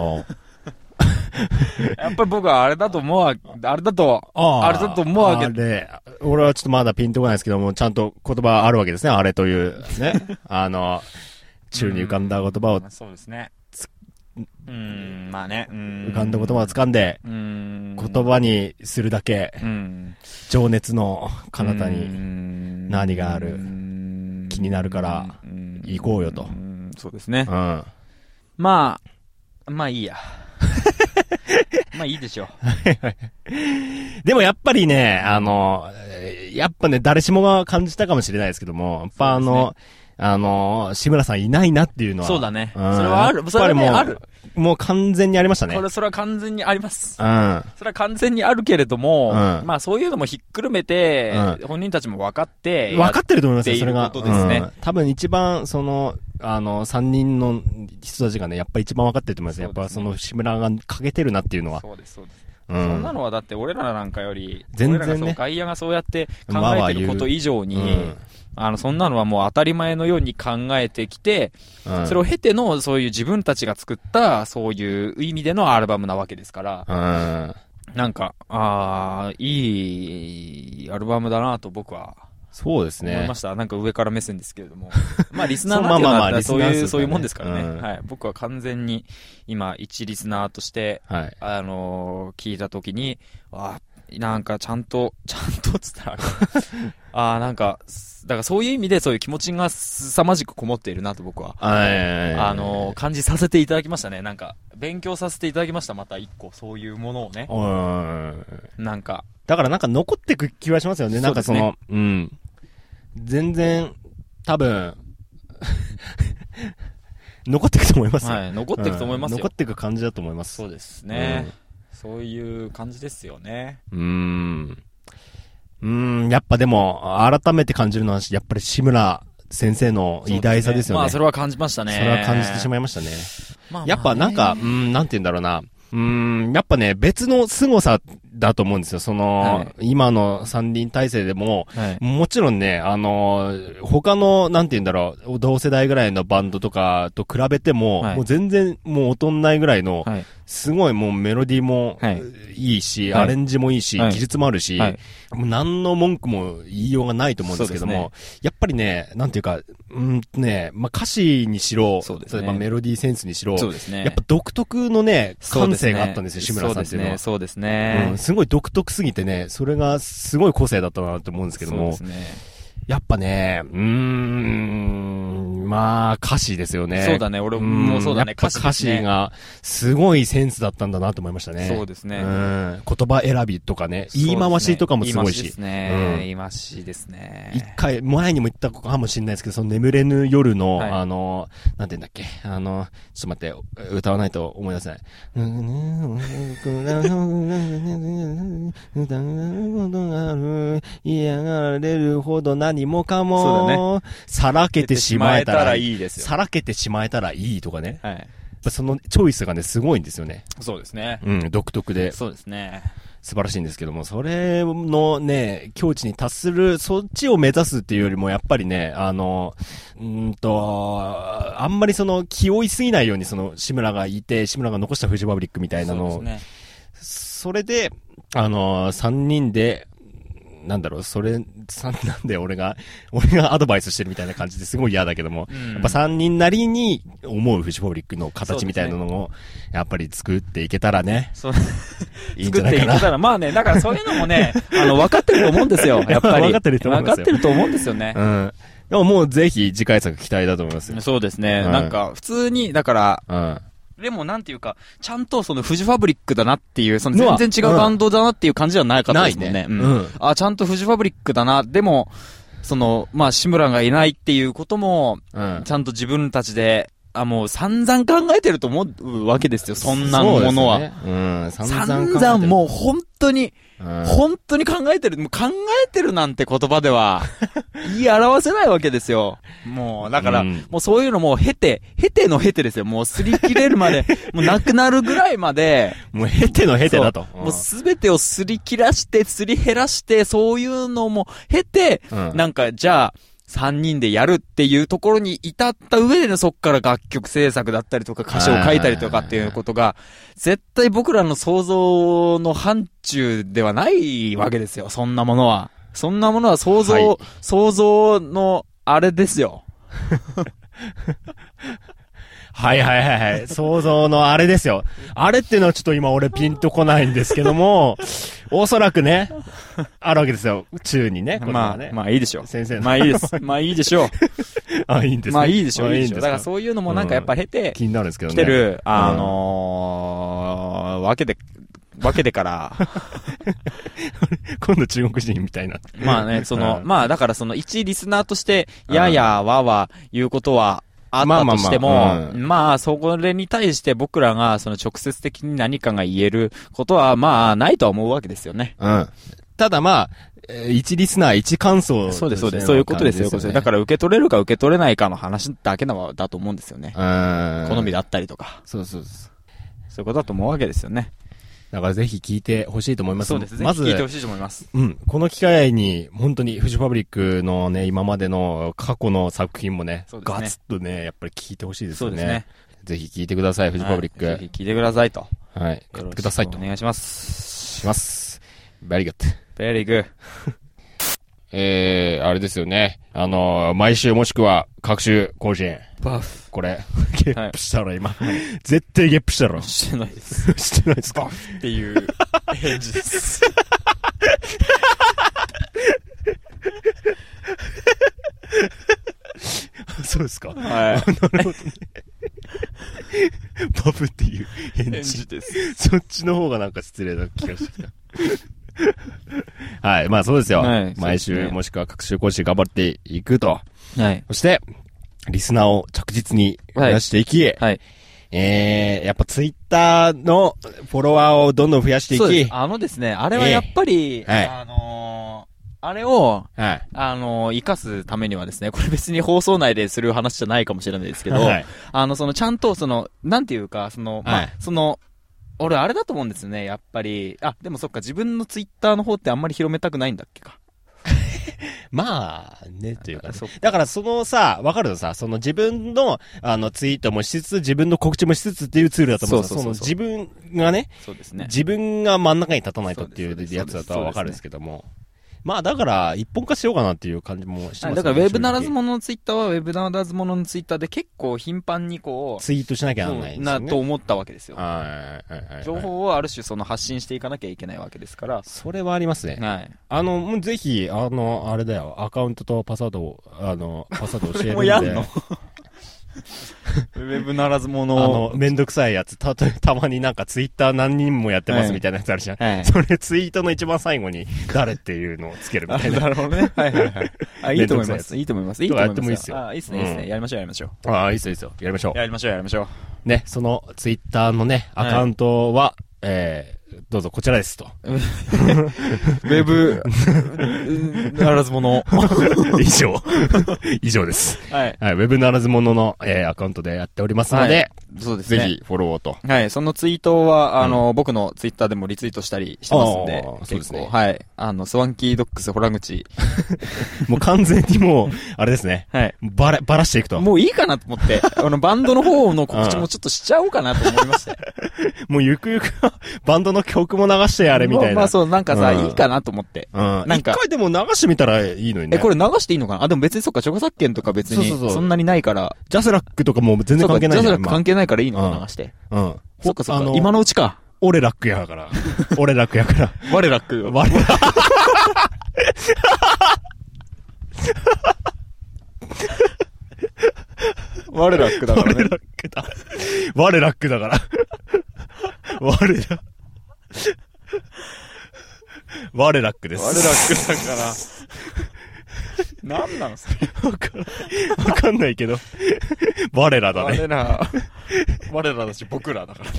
[SPEAKER 2] やっぱり僕はあれだと思うわ、あれだと、
[SPEAKER 1] あー
[SPEAKER 2] あれだと思うわけ
[SPEAKER 1] あれ、俺はちょっとまだピンとこないですけども、ちゃんと言葉あるわけですね、あれという。 ね。あの、宙に浮かんだ言葉を、
[SPEAKER 2] そうですね。うーん、まあね。うーん
[SPEAKER 1] 浮かんだ言葉を掴んで、
[SPEAKER 2] うーん。
[SPEAKER 1] 言葉にするだけ、
[SPEAKER 2] うん。
[SPEAKER 1] 情熱の彼方
[SPEAKER 2] うー
[SPEAKER 1] に
[SPEAKER 2] ん
[SPEAKER 1] 何がある
[SPEAKER 2] うーん
[SPEAKER 1] 気になるから
[SPEAKER 2] うん
[SPEAKER 1] 行こうよと。
[SPEAKER 2] んそうですね
[SPEAKER 1] う。ん。
[SPEAKER 2] まあ、まあいいや。まあいいでしょう。
[SPEAKER 1] でもやっぱりね、あの、えーやっぱね、誰しもが感じたかもしれないですけども、やっぱあの、あの、志村さんいないなっていうのは。
[SPEAKER 2] そうだね。そ
[SPEAKER 1] ん
[SPEAKER 2] れはある。
[SPEAKER 1] やっ
[SPEAKER 2] そ
[SPEAKER 1] ぱり
[SPEAKER 2] れは
[SPEAKER 1] も
[SPEAKER 2] ね、
[SPEAKER 1] う
[SPEAKER 2] ある。
[SPEAKER 1] もう完全にありましたね。
[SPEAKER 2] こ
[SPEAKER 1] うん。
[SPEAKER 2] れ、それは完全にあります。
[SPEAKER 1] あ
[SPEAKER 2] それは完全にあるけれども、
[SPEAKER 1] うん
[SPEAKER 2] まあそういうのもひっくるめて、
[SPEAKER 1] う
[SPEAKER 2] 本人たちも分かって、
[SPEAKER 1] 分かってると思いますよ、それが。
[SPEAKER 2] っていうことですね
[SPEAKER 1] うん多分一番、その、あの、3人の人たちがね、やっぱ一番分かってると思いますね。やっ
[SPEAKER 2] そう
[SPEAKER 1] ぱ
[SPEAKER 2] です
[SPEAKER 1] そ
[SPEAKER 2] ね
[SPEAKER 1] の志村が欠けてるなっていうのは。
[SPEAKER 2] そうですそうです、
[SPEAKER 1] う。
[SPEAKER 2] そんなんのはだって俺らなんかより
[SPEAKER 1] 全然ね
[SPEAKER 2] 俺らがそう外野がそうやって考
[SPEAKER 1] まあまあ
[SPEAKER 2] えてること以上に、
[SPEAKER 1] うん
[SPEAKER 2] あのそんなのはもう当たり前のように考えてきて、
[SPEAKER 1] うん
[SPEAKER 2] それを経てのそういう自分たちが作ったそういう意味でのアルバムなわけですから、
[SPEAKER 1] うん。
[SPEAKER 2] なんかああいいアルバムだなと僕は
[SPEAKER 1] そうです
[SPEAKER 2] 思い
[SPEAKER 1] ね
[SPEAKER 2] ま。した、なんか上から目線ですけ れどもまあリスナーなん
[SPEAKER 1] そう
[SPEAKER 2] ていう
[SPEAKER 1] ま
[SPEAKER 2] の
[SPEAKER 1] あまあ
[SPEAKER 2] は
[SPEAKER 1] まあ
[SPEAKER 2] そう
[SPEAKER 1] リスナー
[SPEAKER 2] い
[SPEAKER 1] です
[SPEAKER 2] うそう
[SPEAKER 1] からね
[SPEAKER 2] いうもんですからね、
[SPEAKER 1] うん
[SPEAKER 2] はい、僕は完全に今一リスナーとして
[SPEAKER 1] はい。
[SPEAKER 2] あのー聞いたときに、あーなんかちゃんと、 ちゃんとっつったらあかん、 あーなんか、すだからそういう意味でそういう気持ちが凄まじくこもっているなと僕は、
[SPEAKER 1] はい。
[SPEAKER 2] あのー感じさせていただきましたね。なんか、勉強させていただきました、また一個、そういうものをね。
[SPEAKER 1] うん。
[SPEAKER 2] なんか、
[SPEAKER 1] だからなんか残ってく気はしますよね。なんかその、うん。全然、多 分、残ってくと思いますよ。
[SPEAKER 2] はい、残っていくと思います
[SPEAKER 1] うん
[SPEAKER 2] よ。
[SPEAKER 1] 残ってく感じだと思います。
[SPEAKER 2] そうですね、そういう感じですよね。
[SPEAKER 1] うーん。うーん、やっぱでも、改めて感じるのは、やっぱり志村先生の偉大さですよね。
[SPEAKER 2] まあ、それは感じましたね。
[SPEAKER 1] それは感じてしまいましたね。
[SPEAKER 2] まあまあね
[SPEAKER 1] やっぱなんか、うーん、なんて言うんだろうな。うーん、やっぱね、別の凄さだと思うんですよ。そ
[SPEAKER 2] は
[SPEAKER 1] の、今の三輪体制でも、
[SPEAKER 2] はい、
[SPEAKER 1] もちろんね、あのー他の、なんて言うんだろう、同世代ぐらいのバンドとかと比べても、
[SPEAKER 2] はい
[SPEAKER 1] もう全然もう劣んないぐらいの、
[SPEAKER 2] はい、
[SPEAKER 1] すごいもうメロディーも
[SPEAKER 2] はい
[SPEAKER 1] いいし、
[SPEAKER 2] はい
[SPEAKER 1] アレンジもいいし、
[SPEAKER 2] はい
[SPEAKER 1] 技術もあるし、
[SPEAKER 2] はい
[SPEAKER 1] もう何の文句も言いようがないと思うんですけども、
[SPEAKER 2] そう
[SPEAKER 1] やっぱりね、なんていうか、うんとね、まあ、歌詞にしろ、
[SPEAKER 2] そうですね
[SPEAKER 1] 例えばメロディーセンスにしろ、
[SPEAKER 2] そうですね。
[SPEAKER 1] やっぱ独特のね、
[SPEAKER 2] そう
[SPEAKER 1] 感
[SPEAKER 2] ですね
[SPEAKER 1] 性があったんですよ、志村さんっていうのは。
[SPEAKER 2] そうですね。
[SPEAKER 1] う、
[SPEAKER 2] そうんですね
[SPEAKER 1] すごい独特すぎてね、それがすごい個性だったなと思うんですけども、
[SPEAKER 2] そうですね
[SPEAKER 1] やっぱね、うーん、まあ、歌詞ですよね。
[SPEAKER 2] そうだね俺もそうだ
[SPEAKER 1] ん
[SPEAKER 2] ね
[SPEAKER 1] やっぱ歌
[SPEAKER 2] 歌詞ですね
[SPEAKER 1] 詞が、すごいセンスだったんだなと思いましたね。
[SPEAKER 2] そうですね
[SPEAKER 1] うん。言葉選びとかね、言い回しとかもすごいし。
[SPEAKER 2] 言い回しですね。言い回しですね。
[SPEAKER 1] 一回、前にも言ったかもしれないですけど、その眠れぬ夜の、
[SPEAKER 2] はい
[SPEAKER 1] あの、なんて言うんだっけ、あの、ちょっと待って、歌わないと思い出せない。嫌がられるほど何もかも、さらけてしまえたらいい。
[SPEAKER 2] いいですよ。
[SPEAKER 1] さらけてしまえたらいいとかね。
[SPEAKER 2] はい。
[SPEAKER 1] やっぱそのチョイスがね、すごいんですよね。
[SPEAKER 2] そうですね。
[SPEAKER 1] うん、独特で
[SPEAKER 2] そうですね。
[SPEAKER 1] 素晴らしいんですけども、それのね、境地に達する、そっちを目指すっていうよりも、やっぱりね、あの、うーんと、あんまりその、気負いすぎないように、その、志村がいて、志村が残したフジファブリックみたいなのを、
[SPEAKER 2] そ
[SPEAKER 1] そう
[SPEAKER 2] ですね。
[SPEAKER 1] れで、あの、三人で、なんだろう、それ、三、なんで俺が、 俺がアドバイスしてるみたいな感じですごい嫌だけども、
[SPEAKER 2] うん
[SPEAKER 1] やっぱ三人なりに思うフジファブリックの形みたいなのを、やっぱり作っていけたらね、
[SPEAKER 2] そう
[SPEAKER 1] いいんじゃ
[SPEAKER 2] 作っ
[SPEAKER 1] な
[SPEAKER 2] て
[SPEAKER 1] い
[SPEAKER 2] い
[SPEAKER 1] か
[SPEAKER 2] け
[SPEAKER 1] な。
[SPEAKER 2] たら、まあね、だからそういうのも ね、あの、分かってると思うんですよ、やっぱり。
[SPEAKER 1] 分かってると思いますよ
[SPEAKER 2] 分かってると思うんですよね。
[SPEAKER 1] うん。でももうぜひ次回作期待だと思いますよ。
[SPEAKER 2] そうですね。
[SPEAKER 1] はい
[SPEAKER 2] なんか、普通に、だから、
[SPEAKER 1] うん。
[SPEAKER 2] でもなんていうか、ちゃんとそのフジファブリックだなっていう、そ
[SPEAKER 1] の
[SPEAKER 2] の
[SPEAKER 1] は
[SPEAKER 2] 全然違うバンドだなっていう感じはなかったですもんね。
[SPEAKER 1] ないね
[SPEAKER 2] うん
[SPEAKER 1] うん
[SPEAKER 2] あ、ちゃんとフジファブリックだな。でも、その、まあ、志村がいないっていうことも、
[SPEAKER 1] うん
[SPEAKER 2] ち。ゃんと自分たちで、あ、もう散々考えてると思うわけですよ、そんなものは。
[SPEAKER 1] そうですねうん。散々
[SPEAKER 2] 散
[SPEAKER 1] 考えてる
[SPEAKER 2] 々もう本当に、
[SPEAKER 1] うん。
[SPEAKER 2] 本当に考えてる。もう考えてるなんて言葉 では、言い表せないわけですよ。もう、だから、
[SPEAKER 1] うん
[SPEAKER 2] もうそういうのもう経て、経ての経てですよ。もう擦り切れる まで、もうなくなるぐらいまで、
[SPEAKER 1] もう経ての経てだと。
[SPEAKER 2] そうもうすべてをすり切らして、すり減らして、そういうのも経て、
[SPEAKER 1] うん
[SPEAKER 2] なんか、じゃあ、三人でやるっていうところに至った上でのそっから楽曲制作だったりとか歌詞を書いたりとかっていうことが、絶対僕らの想像の範疇ではないわけですよ、そんなものは。そんなものは想像、
[SPEAKER 1] はい
[SPEAKER 2] 想像のあれですよ。
[SPEAKER 1] はいはいはいはい。想像のあれですよ。あれっていうのはちょっと今俺ピンとこないんですけど も、おそらくね、あるわけですよ。宙にね。これ
[SPEAKER 2] ま
[SPEAKER 1] は
[SPEAKER 2] あ
[SPEAKER 1] ね、
[SPEAKER 2] まあいいでしょう。
[SPEAKER 1] 先生の
[SPEAKER 2] まあいい です。まあいいでしょう。
[SPEAKER 1] あ。いいんですね
[SPEAKER 2] まあいいでしょう、いいでしょう。
[SPEAKER 1] す
[SPEAKER 2] だからそういうのもなんかやっぱ経て、
[SPEAKER 1] 気になるんですけど
[SPEAKER 2] 来
[SPEAKER 1] ね。
[SPEAKER 2] てる、
[SPEAKER 1] ん
[SPEAKER 2] あのー、わけで、わけでから、
[SPEAKER 1] 今度中国人みたいな。
[SPEAKER 2] まあね、その、
[SPEAKER 1] うん
[SPEAKER 2] まあだからその一リスナーとして、ややわわ言うことは、あったとしても、
[SPEAKER 1] まあ
[SPEAKER 2] ま
[SPEAKER 1] まあま
[SPEAKER 2] あ、
[SPEAKER 1] あう
[SPEAKER 2] そこれに対して僕らが、その直接的に何かが言えることは、まあ、ないとは思うわけですよね。
[SPEAKER 1] うん。ただまあ、えー一リスナー、一感想、、
[SPEAKER 2] そうです、そうです。そういうことですよ。そういうことですだからら受け取れるか受け取れないかの話だけなわだと思うんですよね。
[SPEAKER 1] うん。
[SPEAKER 2] 好み。だったりとか、
[SPEAKER 1] そうそうそう。
[SPEAKER 2] そういうことだと思うわけですよね。
[SPEAKER 1] だからぜひ聞いてほしいと思います。
[SPEAKER 2] そうですね。
[SPEAKER 1] ま
[SPEAKER 2] ま
[SPEAKER 1] ず
[SPEAKER 2] ず、聞いてほしいと思います。
[SPEAKER 1] うん。この機会に、本当に、フジファブリックのね、今までの過去の作品もね、
[SPEAKER 2] そうですね
[SPEAKER 1] ガツッとね、やっぱり聞いてほしいです
[SPEAKER 2] そ
[SPEAKER 1] よ
[SPEAKER 2] う
[SPEAKER 1] ね。
[SPEAKER 2] ですね。
[SPEAKER 1] ぜひ聞いてください、フジファブリック。
[SPEAKER 2] はいぜひ聞いてくださいと。
[SPEAKER 1] はい。買ってくださいと
[SPEAKER 2] よろしくお。願いします。
[SPEAKER 1] します。very good.
[SPEAKER 2] Very good.
[SPEAKER 1] えー、あれですよね。あの、毎週もしくは、各週更新。
[SPEAKER 2] バフ。
[SPEAKER 1] これ。ゲップしたろ、今。絶対ゲップしたろ。
[SPEAKER 2] してないです。
[SPEAKER 1] してないですか
[SPEAKER 2] っていう返事 です。
[SPEAKER 1] そうですか。
[SPEAKER 2] は
[SPEAKER 1] バブっていう
[SPEAKER 2] い。
[SPEAKER 1] 返
[SPEAKER 2] 返
[SPEAKER 1] 事
[SPEAKER 2] 事。です。
[SPEAKER 1] そっちの方がなんか失礼な気がしてきた。 はい、まあそうですよ。
[SPEAKER 2] はいそうですね
[SPEAKER 1] 毎週、もしくは各週更新頑張っていくと。
[SPEAKER 2] はい。
[SPEAKER 1] そして、リスナーを着実に増やしていき、
[SPEAKER 2] はい。
[SPEAKER 1] えー、やっぱツイッターのフォロワーをどんどん増やしてい
[SPEAKER 2] そう
[SPEAKER 1] き
[SPEAKER 2] です。、あのですね、あれはやっぱり、
[SPEAKER 1] ええはい
[SPEAKER 2] あのーあれを、
[SPEAKER 1] はい。
[SPEAKER 2] あのー生かすためにはですね、これ別に放送内でする話じゃないかもしれないですけど、
[SPEAKER 1] はい
[SPEAKER 2] あの、その、ちゃんと、その、なんていうか、その、まあ、
[SPEAKER 1] はい
[SPEAKER 2] その、俺、あれだと思うんですよね、やっぱり。あ、でもそっか、自分のツイッターの方ってあんまり広めたくないんだっけか。
[SPEAKER 1] まあ、ね、というかね、
[SPEAKER 2] そう
[SPEAKER 1] だからそのさ、わかるのさ、その自分の、あの、ツイートもしつつ、自分の告知もしつつっていうツールだと思うんですよ。そ
[SPEAKER 2] そうそうそうそう
[SPEAKER 1] の自分がね、
[SPEAKER 2] そうですね。
[SPEAKER 1] 自分が真ん中に立たないとってい
[SPEAKER 2] そうで
[SPEAKER 1] う
[SPEAKER 2] す
[SPEAKER 1] やつだとはわかるんですけども。まあだから、一本化しようかなっていう感じもしてます、ね、
[SPEAKER 2] だから、ウェブならず
[SPEAKER 1] も。
[SPEAKER 2] 者のツイッターは、ウェブならず者のツイッターで結構頻繁にこう、
[SPEAKER 1] ツイートしなきゃならないですよ
[SPEAKER 2] な
[SPEAKER 1] ね。
[SPEAKER 2] と思ったわけですよ。
[SPEAKER 1] はいはいはいはい。
[SPEAKER 2] 情報をある種その発信していかなきゃいけないわけですから。
[SPEAKER 1] それはありますね。
[SPEAKER 2] はい。
[SPEAKER 1] あの、もうぜひ、あの、あれだよ、アカウントとパスワードを、あの、パスワード教えるんで。
[SPEAKER 2] もうやんのウェブならず者
[SPEAKER 1] あ
[SPEAKER 2] を。
[SPEAKER 1] の、めんどくさいやつ、た、たたまになんかツイッター何人もやってま
[SPEAKER 2] は
[SPEAKER 1] す
[SPEAKER 2] い
[SPEAKER 1] みたいなやつあるじゃん。
[SPEAKER 2] はい
[SPEAKER 1] それツイートの一番最後に、誰っていうのをつけるみ
[SPEAKER 2] あ
[SPEAKER 1] たいな。
[SPEAKER 2] なるほど ね。はいはいはい。あ、いいと思
[SPEAKER 1] めんどくさ
[SPEAKER 2] い
[SPEAKER 1] い
[SPEAKER 2] ま
[SPEAKER 1] やつ
[SPEAKER 2] す。いいと思います。いい
[SPEAKER 1] と
[SPEAKER 2] と
[SPEAKER 1] かや
[SPEAKER 2] 思いま
[SPEAKER 1] って
[SPEAKER 2] す。
[SPEAKER 1] もいいっすよ
[SPEAKER 2] あ、いいっすね、いいっす
[SPEAKER 1] う
[SPEAKER 2] ね。
[SPEAKER 1] ん
[SPEAKER 2] やりましょう、やりましょ
[SPEAKER 1] ああ、いいっすよいいっすよ。やりましょ
[SPEAKER 2] う。やりましょう、やりましょう。
[SPEAKER 1] う。ね、そのツイッターのね、ア
[SPEAKER 2] はい
[SPEAKER 1] カウントは、えー、どうぞこちらですと。
[SPEAKER 2] ウェブ、 ならず者。
[SPEAKER 1] 以上。 以上です。
[SPEAKER 2] はい。
[SPEAKER 1] はい、ウェブならず者の、えー、アカウントでやっておりますので、
[SPEAKER 2] そうです
[SPEAKER 1] ぜ
[SPEAKER 2] ね。。
[SPEAKER 1] ひフォローをと。
[SPEAKER 2] はい、そのツイートは、あの、僕のツイッターでもリツイートしたりしてますんで
[SPEAKER 1] あー、そうで
[SPEAKER 2] 結
[SPEAKER 1] す
[SPEAKER 2] 構、
[SPEAKER 1] ね
[SPEAKER 2] はい。あの、スワンキードックス、ホラグチ。
[SPEAKER 1] もう完全にもう、 あれですね。
[SPEAKER 2] はい。
[SPEAKER 1] ばら、ばらしていくと。も
[SPEAKER 2] もういいかなと 思って、あの、バンドの方の告知もちょっとしちゃおうかなと思いま した。
[SPEAKER 1] うゆくゆくは、バンドの曲も流してやれみたいな。
[SPEAKER 2] まあまあそう、なんかさ、
[SPEAKER 1] うん
[SPEAKER 2] いいかなと思って。
[SPEAKER 1] うん。
[SPEAKER 2] なんか
[SPEAKER 1] 一回でも流してみたらいいのにね。
[SPEAKER 2] え、これ流していいのかなあ、でも別にそっか、著作権とか別に、
[SPEAKER 1] そうそうそう
[SPEAKER 2] そんなにないから、
[SPEAKER 1] ジャスラックとかもう全
[SPEAKER 2] そ
[SPEAKER 1] 然関
[SPEAKER 2] うか、
[SPEAKER 1] 係
[SPEAKER 2] ジ
[SPEAKER 1] ない
[SPEAKER 2] ャ
[SPEAKER 1] じ
[SPEAKER 2] ズ
[SPEAKER 1] ゃん。
[SPEAKER 2] ラック関係ないからいいのか流して。
[SPEAKER 1] 今うん。
[SPEAKER 2] そっかそっ
[SPEAKER 1] あ
[SPEAKER 2] か、今のうちか。
[SPEAKER 1] 俺ラックやから。俺ラックや から。
[SPEAKER 2] 我ラック。
[SPEAKER 1] 我ラッ
[SPEAKER 2] 我ラック だからね。
[SPEAKER 1] クだ。我ラックだから。我ラ。我ラックで
[SPEAKER 2] 我ラ
[SPEAKER 1] す。
[SPEAKER 2] ックだ から。なんなのそれ。
[SPEAKER 1] わからんわかんないけど。我らだね。
[SPEAKER 2] 我ら、我らだし、僕らだからね。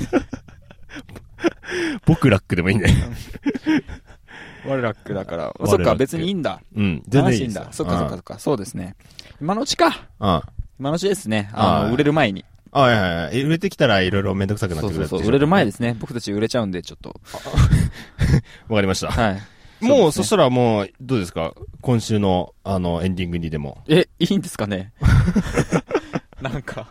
[SPEAKER 1] 僕ラックでもいいね。
[SPEAKER 2] 我ラックだから。
[SPEAKER 1] 我ラッ
[SPEAKER 2] そっ
[SPEAKER 1] ク
[SPEAKER 2] か、別にいいんだ。
[SPEAKER 1] うん。全
[SPEAKER 2] 全
[SPEAKER 1] 然
[SPEAKER 2] 然
[SPEAKER 1] い
[SPEAKER 2] い
[SPEAKER 1] い
[SPEAKER 2] い
[SPEAKER 1] で
[SPEAKER 2] ん
[SPEAKER 1] す
[SPEAKER 2] だ。そっかそっかそっか。そうですね。今のうちか。
[SPEAKER 1] うん。うん。
[SPEAKER 2] 今のうちですね。
[SPEAKER 1] は
[SPEAKER 2] あ
[SPEAKER 1] い
[SPEAKER 2] の、売れる前に。
[SPEAKER 1] あ、はいはいはい。売れてきたらいろいろめんどくさくなって
[SPEAKER 2] そう
[SPEAKER 1] くる
[SPEAKER 2] そう
[SPEAKER 1] やつで
[SPEAKER 2] そ
[SPEAKER 1] し
[SPEAKER 2] う。
[SPEAKER 1] ょ
[SPEAKER 2] 売れる前ですね。僕たち売れちゃうんで、ちょっと。
[SPEAKER 1] わかりました。
[SPEAKER 2] はい。
[SPEAKER 1] もう、
[SPEAKER 2] そ
[SPEAKER 1] そう
[SPEAKER 2] ですね
[SPEAKER 1] したらもう、どうですか今週の、あの、エンディングにでも。
[SPEAKER 2] え、いいんです かねなんか。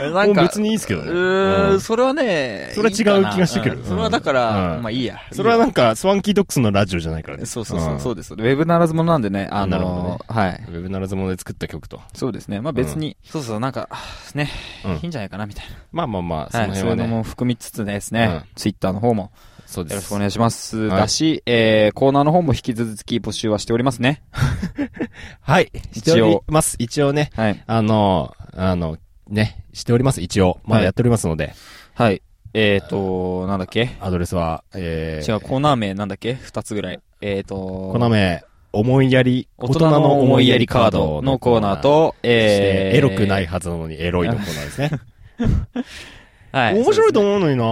[SPEAKER 2] えな
[SPEAKER 1] も
[SPEAKER 2] ん
[SPEAKER 1] う
[SPEAKER 2] か。
[SPEAKER 1] 別にいいですけどね。
[SPEAKER 2] うー
[SPEAKER 1] うん
[SPEAKER 2] ん、それはね。
[SPEAKER 1] それは違う気がしてくる
[SPEAKER 2] いいかなうんそれはだか
[SPEAKER 1] う
[SPEAKER 2] ら、
[SPEAKER 1] ん
[SPEAKER 2] まあいいや。
[SPEAKER 1] それはないんか、スワンキードックスのラジオじゃないから
[SPEAKER 2] い
[SPEAKER 1] ね。
[SPEAKER 2] やそうそうそう、
[SPEAKER 1] ん
[SPEAKER 2] そうです。ウェブならずものなんでね、あ
[SPEAKER 1] なるほどね
[SPEAKER 2] の、はい。
[SPEAKER 1] ウェブならずもので作った曲と。
[SPEAKER 2] そうですね。まあ別に、そうそう、なんか、あーね
[SPEAKER 1] うん、
[SPEAKER 2] いいんじゃないかな、みたいな。
[SPEAKER 1] まあまあまあ、その
[SPEAKER 2] はい、
[SPEAKER 1] 辺
[SPEAKER 2] そうい
[SPEAKER 1] は
[SPEAKER 2] うの
[SPEAKER 1] ね。
[SPEAKER 2] も含みつつです
[SPEAKER 1] うん
[SPEAKER 2] ね、ツイッターの方も
[SPEAKER 1] そうで
[SPEAKER 2] よろし
[SPEAKER 1] す
[SPEAKER 2] くお。願いします。
[SPEAKER 1] はい
[SPEAKER 2] だし、えー、コーナーの方も引き続き募集はしておりますね。
[SPEAKER 1] はい。して
[SPEAKER 2] 一応
[SPEAKER 1] おります。一応ね、
[SPEAKER 2] はい。
[SPEAKER 1] あの、あの、ね、しております。一応。まだやっておりますので、
[SPEAKER 2] はい。えーと、なんだっけ
[SPEAKER 1] アドレスは、え
[SPEAKER 2] 違
[SPEAKER 1] ー、
[SPEAKER 2] う、コーナー名なんだっけ二つぐらい。えーと、
[SPEAKER 1] この名、思いやり、
[SPEAKER 2] 大人の思いやりカードのコーナー、と、
[SPEAKER 1] え
[SPEAKER 2] えー、。
[SPEAKER 1] エロくないいはずなのにエロいのコーナーですね。
[SPEAKER 2] はい。
[SPEAKER 1] 面白いと
[SPEAKER 2] う
[SPEAKER 1] 思うのにな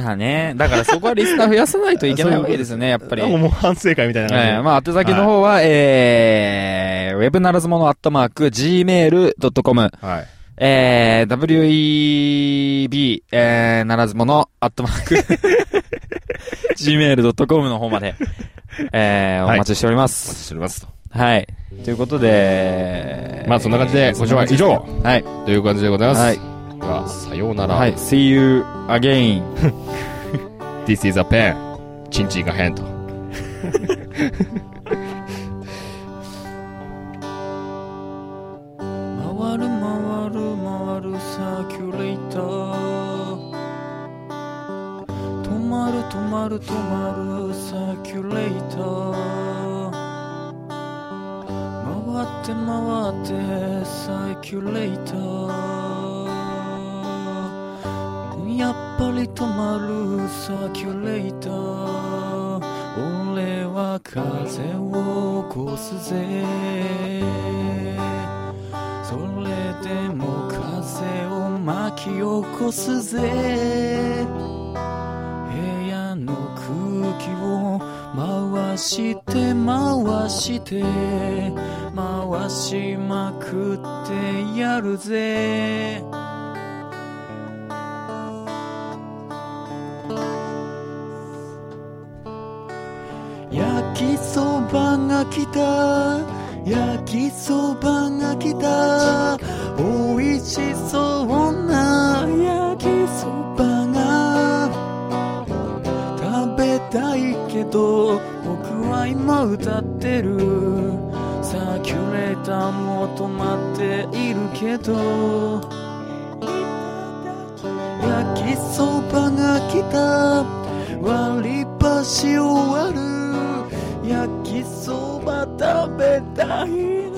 [SPEAKER 2] まあね。だからそこはリスナー増やさないといけないわけですよね、やっぱり。
[SPEAKER 1] なんかもう反省会みたいな感じ
[SPEAKER 2] ええまあ、宛先の方は、えー、ウェブならずものアットマーク、gmail.com、
[SPEAKER 1] はい。
[SPEAKER 2] えー、web、えー、ならずものアットマ ーク、gmail.com の方まで、えー、お
[SPEAKER 1] はい
[SPEAKER 2] 待ちしておりま
[SPEAKER 1] お待
[SPEAKER 2] す。
[SPEAKER 1] ちしておりますと。
[SPEAKER 2] はい。ということで、
[SPEAKER 1] まあそんな感じでご紹介以上
[SPEAKER 2] はい。
[SPEAKER 1] という感じでございます。
[SPEAKER 2] はい。
[SPEAKER 1] では、さようなら。
[SPEAKER 2] はい。See you again.
[SPEAKER 1] This is a pen. チンチンが変と。
[SPEAKER 2] 回る回る回るサーキュレーター止まる止まる止まるサーキュレーター回って回ってサーキュレーターやっぱり止まるサーキュレーター俺は風を起こすぜそれでも風を巻き起こすぜ部屋の空気を回して回して回しまくってやるぜ焼きそばが来た焼きそばが来た美味しそうな焼きそばが食べたいけど僕は今歌ってるサーキュレーターも止まっているけど焼きそばが来た割り箸を割る焼きそば食べたいな